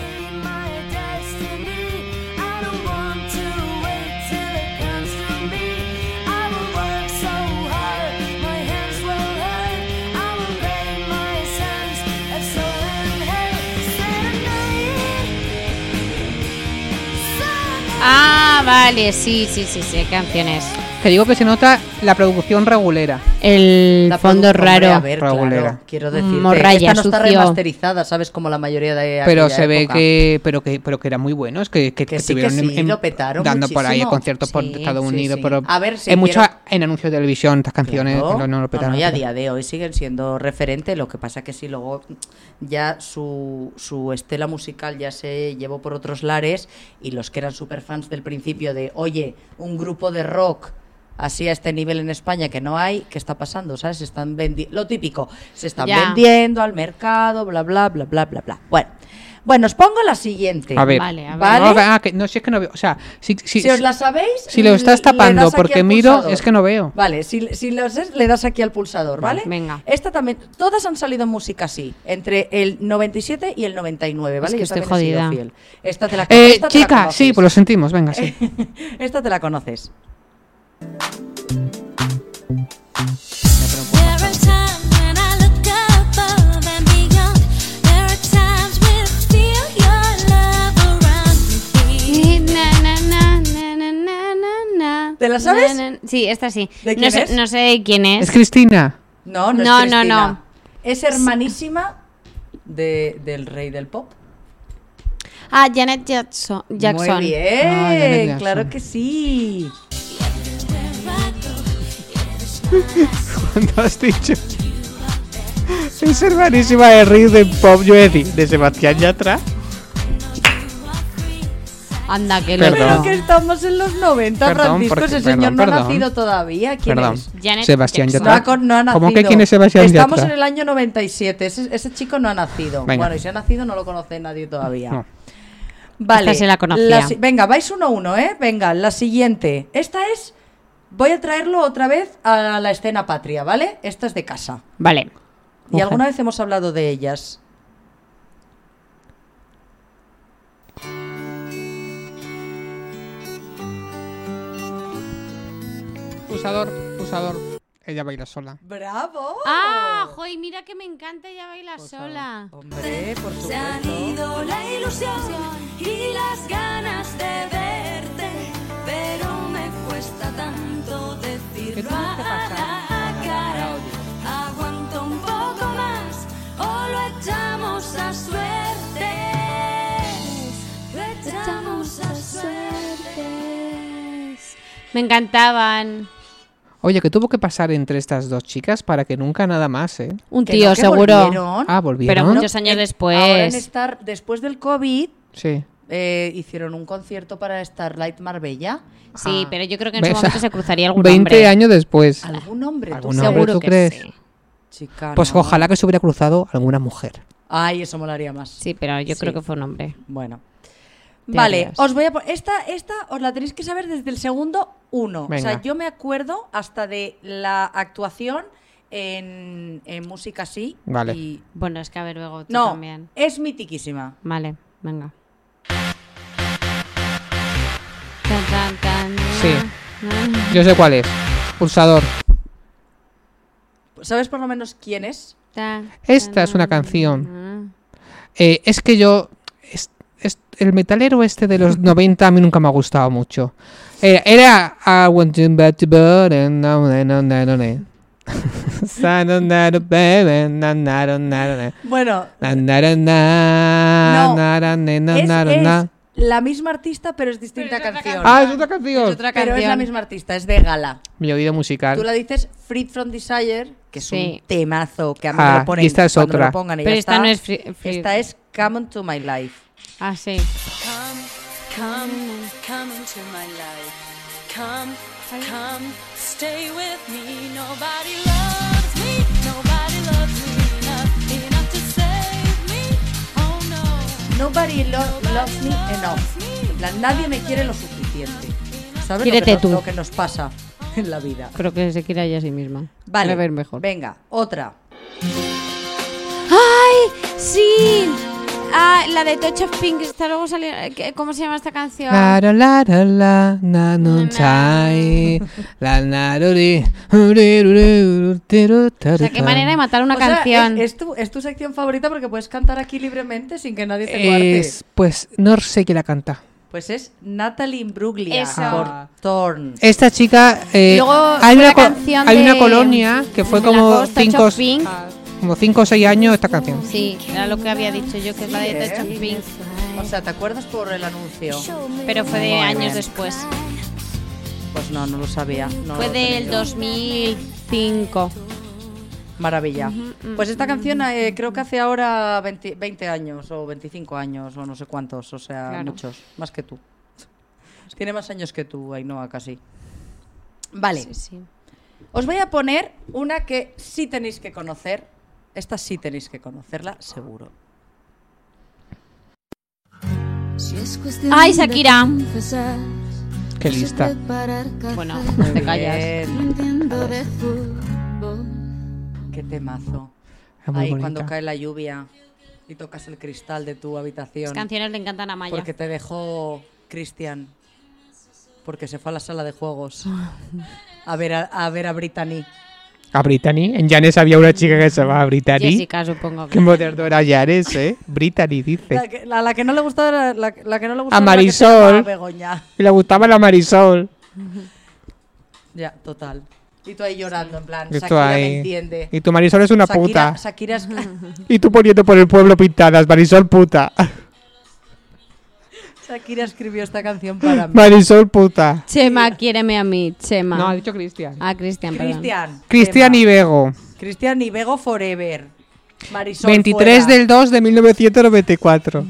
Speaker 5: Ah, vale, sí, sí, sí, sí, canciones.
Speaker 7: Que digo que se nota la producción regulera.
Speaker 5: El
Speaker 2: La
Speaker 5: fondo
Speaker 2: produ- hombre,
Speaker 5: raro.
Speaker 2: a ver,
Speaker 7: Regulera.
Speaker 2: claro, quiero decir,
Speaker 5: Morralla,
Speaker 2: esta no está
Speaker 5: sucio.
Speaker 2: remasterizada, ¿sabes? Como la mayoría de
Speaker 7: Pero
Speaker 2: aquella
Speaker 7: se ve
Speaker 2: época.
Speaker 7: que pero que pero que eran muy buenos, que,
Speaker 2: Que
Speaker 7: que, que
Speaker 2: sí, que
Speaker 7: estuvieron
Speaker 2: sí, lo petaron
Speaker 7: dando por ahí
Speaker 2: muchísimo.
Speaker 7: conciertos por
Speaker 5: Sí,
Speaker 7: Estados
Speaker 2: sí,
Speaker 7: Unidos,
Speaker 2: sí.
Speaker 7: pero
Speaker 2: A ver, sí,
Speaker 7: en mucho
Speaker 2: quiero-
Speaker 7: en anuncios de televisión estas canciones
Speaker 2: Claro.
Speaker 7: no, no lo petaron.
Speaker 2: No, y a día de hoy siguen siendo referente, lo que pasa que si luego ya su, su estela musical ya se llevó por otros lares y los que eran super fans del principio de, oye, un grupo de rock así a este nivel en España que no hay, ¿qué está pasando? ¿Sabes? Se están vendi lo típico, se están
Speaker 5: Ya.
Speaker 2: vendiendo al mercado, bla, bla, bla, bla, bla, bla. Bueno, bueno, os pongo la siguiente.
Speaker 7: A ver.
Speaker 5: Vale, a ver.
Speaker 2: ¿Vale?
Speaker 7: No, ah, que- no, si es que no veo, o sea, si, si-
Speaker 2: Si os la sabéis.
Speaker 7: si lo estás
Speaker 2: le das
Speaker 7: tapando
Speaker 2: aquí al
Speaker 7: porque miro,
Speaker 2: pulsador.
Speaker 7: es que no veo.
Speaker 2: Vale, si, si lo sabes, le das aquí al pulsador, ¿vale?
Speaker 5: Vale, venga.
Speaker 2: Esta también. Todas han salido en música así, entre el 97 y el 99, ¿vale?
Speaker 5: que
Speaker 2: Yo
Speaker 5: estoy
Speaker 2: también he sido
Speaker 5: jodida.
Speaker 2: fiel. Esta te la
Speaker 7: Eh,
Speaker 2: esta te la
Speaker 7: chica,
Speaker 2: conoces.
Speaker 7: sí, pues lo sentimos, venga, sí.
Speaker 2: Esta te la conoces.
Speaker 5: Na, na, na, na, na, na, na, na.
Speaker 2: ¿Te la sabes?
Speaker 5: Na, na- Sí, esta sí.
Speaker 2: ¿De
Speaker 5: no,
Speaker 2: quién
Speaker 5: sé,
Speaker 2: es?
Speaker 5: no sé de quién es.
Speaker 7: Es Cristina.
Speaker 2: No, no,
Speaker 5: No,
Speaker 2: es
Speaker 5: no,
Speaker 2: Cristina.
Speaker 5: no.
Speaker 2: Es hermanísima de, del rey del pop.
Speaker 5: Ah, Janet Jackson. Jackson.
Speaker 2: Muy bien,
Speaker 7: Ah, Janet Jackson.
Speaker 2: claro que sí.
Speaker 7: ¿Cuánto has dicho? Es hermanísima de Riz de Pop Joedi, de Sebastián Yatra.
Speaker 5: Anda, que
Speaker 7: Perdón.
Speaker 5: loco.
Speaker 2: Pero que estamos en los 90,
Speaker 7: Perdón,
Speaker 2: Francisco.
Speaker 7: porque-
Speaker 2: ese
Speaker 7: perdón,
Speaker 2: señor no ha
Speaker 7: perdón.
Speaker 2: nacido todavía. ¿Quién
Speaker 7: Perdón.
Speaker 2: es?
Speaker 5: Janet
Speaker 7: Sebastián
Speaker 5: Jackson.
Speaker 2: No
Speaker 7: Yatra.
Speaker 2: ha, con- no ha nacido.
Speaker 7: ¿Cómo que quién es Sebastián
Speaker 2: Estamos
Speaker 7: Yatra?
Speaker 2: en el año 97. Ese, ese chico no ha nacido.
Speaker 7: Venga.
Speaker 2: Bueno, y si ha nacido no lo conoce nadie todavía.
Speaker 7: No.
Speaker 2: Vale.
Speaker 5: Esta se la conocía.
Speaker 2: si- venga, vais uno a uno, ¿eh? Venga, la siguiente. Esta es... Voy a traerlo otra vez a la escena patria, ¿vale? Esta es de casa.
Speaker 5: Vale.
Speaker 2: Y
Speaker 7: Ojo.
Speaker 2: alguna vez hemos hablado de ellas.
Speaker 7: Usador, usador. Ella baila sola.
Speaker 2: ¡Bravo!
Speaker 5: Ah, joy, mira que me encanta ella baila
Speaker 7: Pues
Speaker 5: sola.
Speaker 2: Hombre, por supuesto.
Speaker 9: oh, la ilusión y las ganas de verte, pero me cuesta tanto decirlo a la cara. Aguanto un poco más o lo echamos a suerte. Lo echamos a suerte.
Speaker 5: Pues, Me encantaban.
Speaker 7: Oye, que tuvo que pasar entre estas dos chicas para que nunca nada más, ¿eh?
Speaker 5: Un
Speaker 2: Que
Speaker 5: tío,
Speaker 2: no, que
Speaker 5: seguro.
Speaker 2: volvieron.
Speaker 7: Ah, volvieron.
Speaker 5: Pero muchos años
Speaker 2: Ahora en
Speaker 5: después.
Speaker 2: estar, después del COVID,
Speaker 7: Sí.
Speaker 2: eh, hicieron un concierto para Starlight Marbella.
Speaker 5: Sí,
Speaker 7: Ah.
Speaker 5: pero yo creo que en su
Speaker 7: ¿Ves?
Speaker 5: momento se cruzaría algún
Speaker 7: 20
Speaker 5: hombre.
Speaker 7: años después.
Speaker 2: ¿Algún hombre?
Speaker 7: ¿Algún
Speaker 2: tú
Speaker 7: hombre?
Speaker 2: seguro?
Speaker 5: Seguro
Speaker 7: ¿tú
Speaker 5: que
Speaker 7: crees?
Speaker 5: sí.
Speaker 2: Chica,
Speaker 7: Pues
Speaker 2: no.
Speaker 7: ojalá que se hubiera cruzado alguna mujer.
Speaker 2: Ay, eso molaría más.
Speaker 5: Sí, pero yo
Speaker 2: Sí.
Speaker 5: creo que fue un hombre.
Speaker 2: Bueno.
Speaker 5: Te
Speaker 2: Vale,
Speaker 5: harías.
Speaker 2: os voy a po- esta esta os la tenéis que saber desde el segundo uno. O sea,
Speaker 7: Venga.
Speaker 2: yo me acuerdo hasta de la actuación en, en música así.
Speaker 7: Vale.
Speaker 2: y-
Speaker 5: Bueno, es que a ver luego tú
Speaker 2: No,
Speaker 5: también.
Speaker 2: es mitiquísima.
Speaker 5: Vale, venga. Tan, tan, tan,
Speaker 7: Sí.
Speaker 5: na, na.
Speaker 7: Yo sé cuál es. Pulsador.
Speaker 2: ¿Sabes por lo menos quién es?
Speaker 5: Tan,
Speaker 7: Esta
Speaker 5: tan,
Speaker 7: es
Speaker 5: na,
Speaker 7: una
Speaker 5: na,
Speaker 7: canción.
Speaker 5: na.
Speaker 7: eh, es que yo. es- es- el metalero este de los 90 a mí nunca me ha gustado mucho. Era. era I want you back to bed and now, now, now, now, now. Sa- na- na- na- baby, na- na- na- na- na.
Speaker 2: Bueno,
Speaker 7: Na- na- na- na-
Speaker 2: No.
Speaker 7: na- na- na- na-
Speaker 2: es,
Speaker 7: na-
Speaker 2: es
Speaker 7: na.
Speaker 2: la misma artista, pero es distinta canción.
Speaker 7: Ah, es otra canción.
Speaker 2: pero es la misma artista, es de gala.
Speaker 7: Mi oído musical.
Speaker 2: Tú la dices Free from Desire, que es
Speaker 5: Sí.
Speaker 2: un temazo que a mí
Speaker 7: Ah,
Speaker 2: me lo ponen
Speaker 7: y esta es
Speaker 2: cuando me
Speaker 7: otra.
Speaker 2: lo pongan y
Speaker 5: Pero
Speaker 2: ya
Speaker 5: esta
Speaker 2: está.
Speaker 5: no es Free- Free-
Speaker 2: Esta es Come on to My Life.
Speaker 5: Ah, sí.
Speaker 9: Come, come, come into my life. Come, come, stay with me. Nobody loves me. Nobody loves me enough, enough to save me. Oh no.
Speaker 2: Nobody lo- loves me enough. En plan, nadie me quiere lo suficiente. ¿Sabes lo
Speaker 5: Quiérete
Speaker 2: que, nos-
Speaker 5: tú.
Speaker 2: lo que nos pasa en la vida?
Speaker 5: Creo que se quiere ella a sí misma.
Speaker 2: Vale.
Speaker 5: Para ver mejor.
Speaker 2: Venga, otra.
Speaker 5: ¡Ay! ¡Sí! Ah, la de Touch of Pink. Hasta luego salió. ¿qué- ¿Cómo se llama esta canción?
Speaker 7: La ra la ra la na nun chai la na ru ri ru ri ru ru ru ti ru ta
Speaker 5: O sea,
Speaker 7: ru
Speaker 5: qué
Speaker 7: ta.
Speaker 5: manera de matar una
Speaker 2: O sea,
Speaker 5: canción.
Speaker 2: es, es tu, es tu sección favorita porque puedes cantar aquí libremente sin que nadie te guarde.
Speaker 7: es pues no sé quién la canta.
Speaker 2: Pues es Natalie Imbruglia
Speaker 5: Eso.
Speaker 2: por Torn.
Speaker 7: Esta chica eh,
Speaker 5: Luego fue
Speaker 7: hay una
Speaker 5: la
Speaker 7: co-
Speaker 5: canción
Speaker 7: hay una
Speaker 5: de-
Speaker 7: colonia que fue
Speaker 5: de
Speaker 7: como
Speaker 5: la Ghost, Touch
Speaker 7: 5
Speaker 5: of Pink.
Speaker 7: como cinco o 6 años esta canción.
Speaker 5: Sí, era lo que había dicho yo, que es la de Touch of Pink.
Speaker 2: O sea, ¿te acuerdas por el anuncio?
Speaker 5: Pero fue de
Speaker 2: Muy
Speaker 5: años
Speaker 2: bien.
Speaker 5: después.
Speaker 2: Pues no, no lo sabía. no
Speaker 5: Fue
Speaker 2: lo tenía
Speaker 5: del
Speaker 2: yo.
Speaker 5: 2005.
Speaker 2: Maravilla. Pues esta canción eh, creo que hace ahora 20, 20 años o 25 años o no sé cuántos, o sea,
Speaker 5: Claro.
Speaker 2: muchos, más que tú. Tiene más años que tú, Ainhoa, casi. Vale,
Speaker 5: Sí, sí.
Speaker 2: os voy a poner una que sí tenéis que conocer. Esta sí tenéis que conocerla, seguro.
Speaker 5: ¡Ay, Shakira!
Speaker 7: Qué lista.
Speaker 5: Bueno, no te callas.
Speaker 2: Bien, qué temazo.
Speaker 7: Es muy
Speaker 2: Ahí
Speaker 7: bonita.
Speaker 2: cuando cae la lluvia y tocas el cristal de tu habitación.
Speaker 5: Las canciones le encantan a Maya.
Speaker 2: Porque te dejó Cristian. Porque se fue a la sala de juegos. A ver a, a ver a Brittany.
Speaker 7: A Brittany, en Janes había una chica que se llamaba Brittany.
Speaker 5: Jessica, supongo.
Speaker 7: Qué moderno era Janes, eh. Brittany
Speaker 2: La
Speaker 7: dice.
Speaker 2: que, la- la que no le gustaba era la, la que no le gustaba
Speaker 7: A
Speaker 2: era la que se
Speaker 7: Marisol.
Speaker 2: llamaba Begoña.
Speaker 7: Y le gustaba la Marisol.
Speaker 2: Ya, total. Y tú ahí llorando, en plan,
Speaker 7: Y tú
Speaker 2: Shakira
Speaker 7: ahí.
Speaker 2: me entiende.
Speaker 7: Y tu Marisol es una
Speaker 2: Shakira,
Speaker 7: puta.
Speaker 2: Shakira es-
Speaker 7: Y tú poniendo por el pueblo pintadas, Marisol puta.
Speaker 2: Shakira escribió esta canción para mí.
Speaker 7: Marisol puta.
Speaker 5: Chema, quiéreme a mí, Chema.
Speaker 7: No, ha dicho Cristian.
Speaker 2: Ah,
Speaker 5: a Cristian, perdón.
Speaker 2: Cristian.
Speaker 7: Cristian
Speaker 2: Emma.
Speaker 7: Ibego.
Speaker 2: Cristian y Bego Forever. Marisol
Speaker 7: 23
Speaker 2: fuera.
Speaker 7: del 2 de 1994.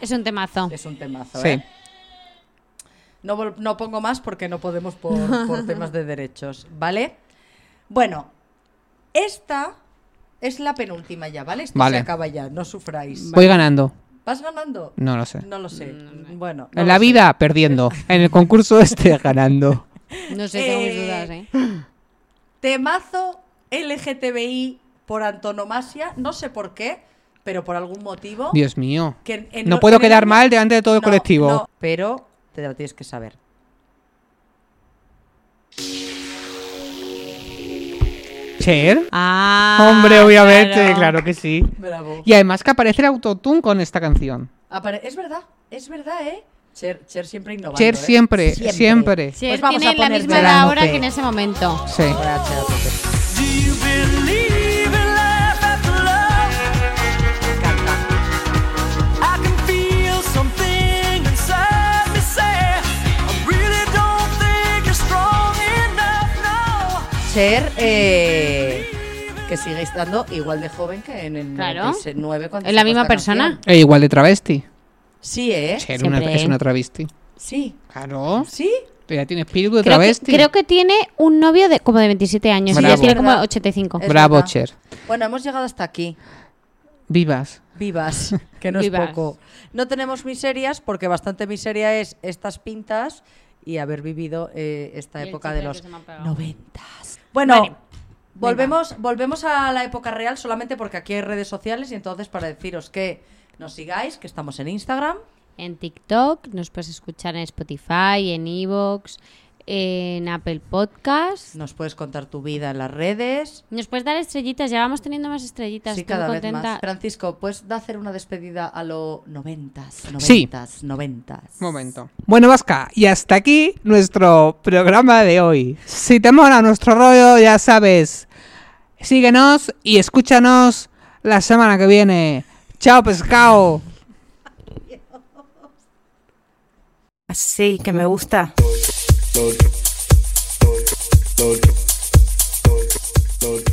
Speaker 5: Es un temazo.
Speaker 2: Es un temazo,
Speaker 7: Sí.
Speaker 2: ¿eh? No, vol- no pongo más porque no podemos por, por temas de derechos, ¿vale? Bueno, esta es la penúltima ya, ¿vale? Esto
Speaker 7: Vale.
Speaker 2: se acaba ya, no sufráis.
Speaker 7: Voy ganando.
Speaker 2: ¿Vas ganando?
Speaker 7: No lo sé.
Speaker 2: No lo sé.
Speaker 5: Mm,
Speaker 2: Bueno. no
Speaker 7: en la
Speaker 2: lo sé.
Speaker 7: vida, perdiendo. En el concurso este, ganando.
Speaker 5: No sé, tengo mis
Speaker 2: Eh,
Speaker 5: dudas, ¿eh?
Speaker 2: Temazo LGTBI por antonomasia, no sé por qué, pero por algún motivo.
Speaker 7: Dios mío.
Speaker 2: que en- en-
Speaker 7: No puedo
Speaker 2: en el
Speaker 7: quedar
Speaker 2: año-
Speaker 7: mal delante de todo el
Speaker 2: No,
Speaker 7: colectivo.
Speaker 2: no, pero te lo tienes que saber.
Speaker 7: Cher.
Speaker 5: Ah,
Speaker 7: Hombre, obviamente, claro. que sí.
Speaker 2: Bravo.
Speaker 7: Y además que aparece el autotune con esta canción.
Speaker 2: Apare- es verdad, es verdad, ¿eh? Cher, Cher siempre innovando.
Speaker 7: Cher
Speaker 2: ¿eh?
Speaker 7: siempre, siempre.
Speaker 5: Sí,
Speaker 2: Pues vamos
Speaker 5: tiene
Speaker 2: a
Speaker 5: la
Speaker 2: poner
Speaker 5: misma
Speaker 2: Cher a
Speaker 5: edad
Speaker 2: tope.
Speaker 5: ahora que en ese momento.
Speaker 7: Sí.
Speaker 2: Ahora Cher a tope.
Speaker 8: Do you believe in life after love? I can feel something inside me say, I really don't think you're strong enough. No.
Speaker 2: Cher, eh, que sigue estando igual de joven que en el
Speaker 5: Claro.
Speaker 2: 99 cuando
Speaker 5: ¿Es la
Speaker 2: sacó
Speaker 5: misma
Speaker 2: esta
Speaker 5: persona?
Speaker 2: canción.
Speaker 7: E igual de travesti.
Speaker 2: Sí, ¿eh?
Speaker 7: Cher una-
Speaker 5: Siempre.
Speaker 7: es una travesti.
Speaker 2: Sí.
Speaker 7: Claro.
Speaker 2: ¿Sí?
Speaker 7: Ella tiene espíritu de
Speaker 5: Creo que,
Speaker 7: travesti.
Speaker 5: creo que tiene un novio de como de 27 años y
Speaker 7: Bravo.
Speaker 5: ella tiene como
Speaker 2: Verdad.
Speaker 5: 85.
Speaker 2: Es
Speaker 7: Bravo,
Speaker 2: verdad.
Speaker 7: Cher.
Speaker 2: Bueno, hemos llegado hasta aquí.
Speaker 7: Vivas.
Speaker 2: Vivas, que no
Speaker 5: Vivas.
Speaker 2: es poco. No tenemos miserias porque bastante miseria es estas pintas y haber vivido eh, esta
Speaker 5: Y el
Speaker 2: época de
Speaker 5: chicle que
Speaker 2: los
Speaker 5: se me ha pegado.
Speaker 2: noventas. Bueno,
Speaker 5: Vale.
Speaker 2: volvemos, volvemos a la época real solamente porque aquí hay redes sociales y entonces para deciros que nos sigáis, que estamos en Instagram.
Speaker 5: En TikTok, nos puedes escuchar en Spotify, en Evox, en Apple Podcast.
Speaker 2: Nos puedes contar tu vida en las redes.
Speaker 5: Nos puedes dar estrellitas, ya vamos teniendo más estrellitas.
Speaker 2: Sí,
Speaker 5: estoy
Speaker 2: cada vez
Speaker 5: contenta.
Speaker 2: más. Francisco, ¿puedes da- hacer una despedida a lo noventas?
Speaker 7: Sí.
Speaker 2: Noventas, noventas.
Speaker 7: Momento. Bueno, Vasca, y hasta aquí nuestro programa de hoy. Si te mola nuestro rollo, ya sabes, síguenos y escúchanos la semana que viene. ¡Chao, pescado!
Speaker 3: Así que me gusta.
Speaker 10: Lord.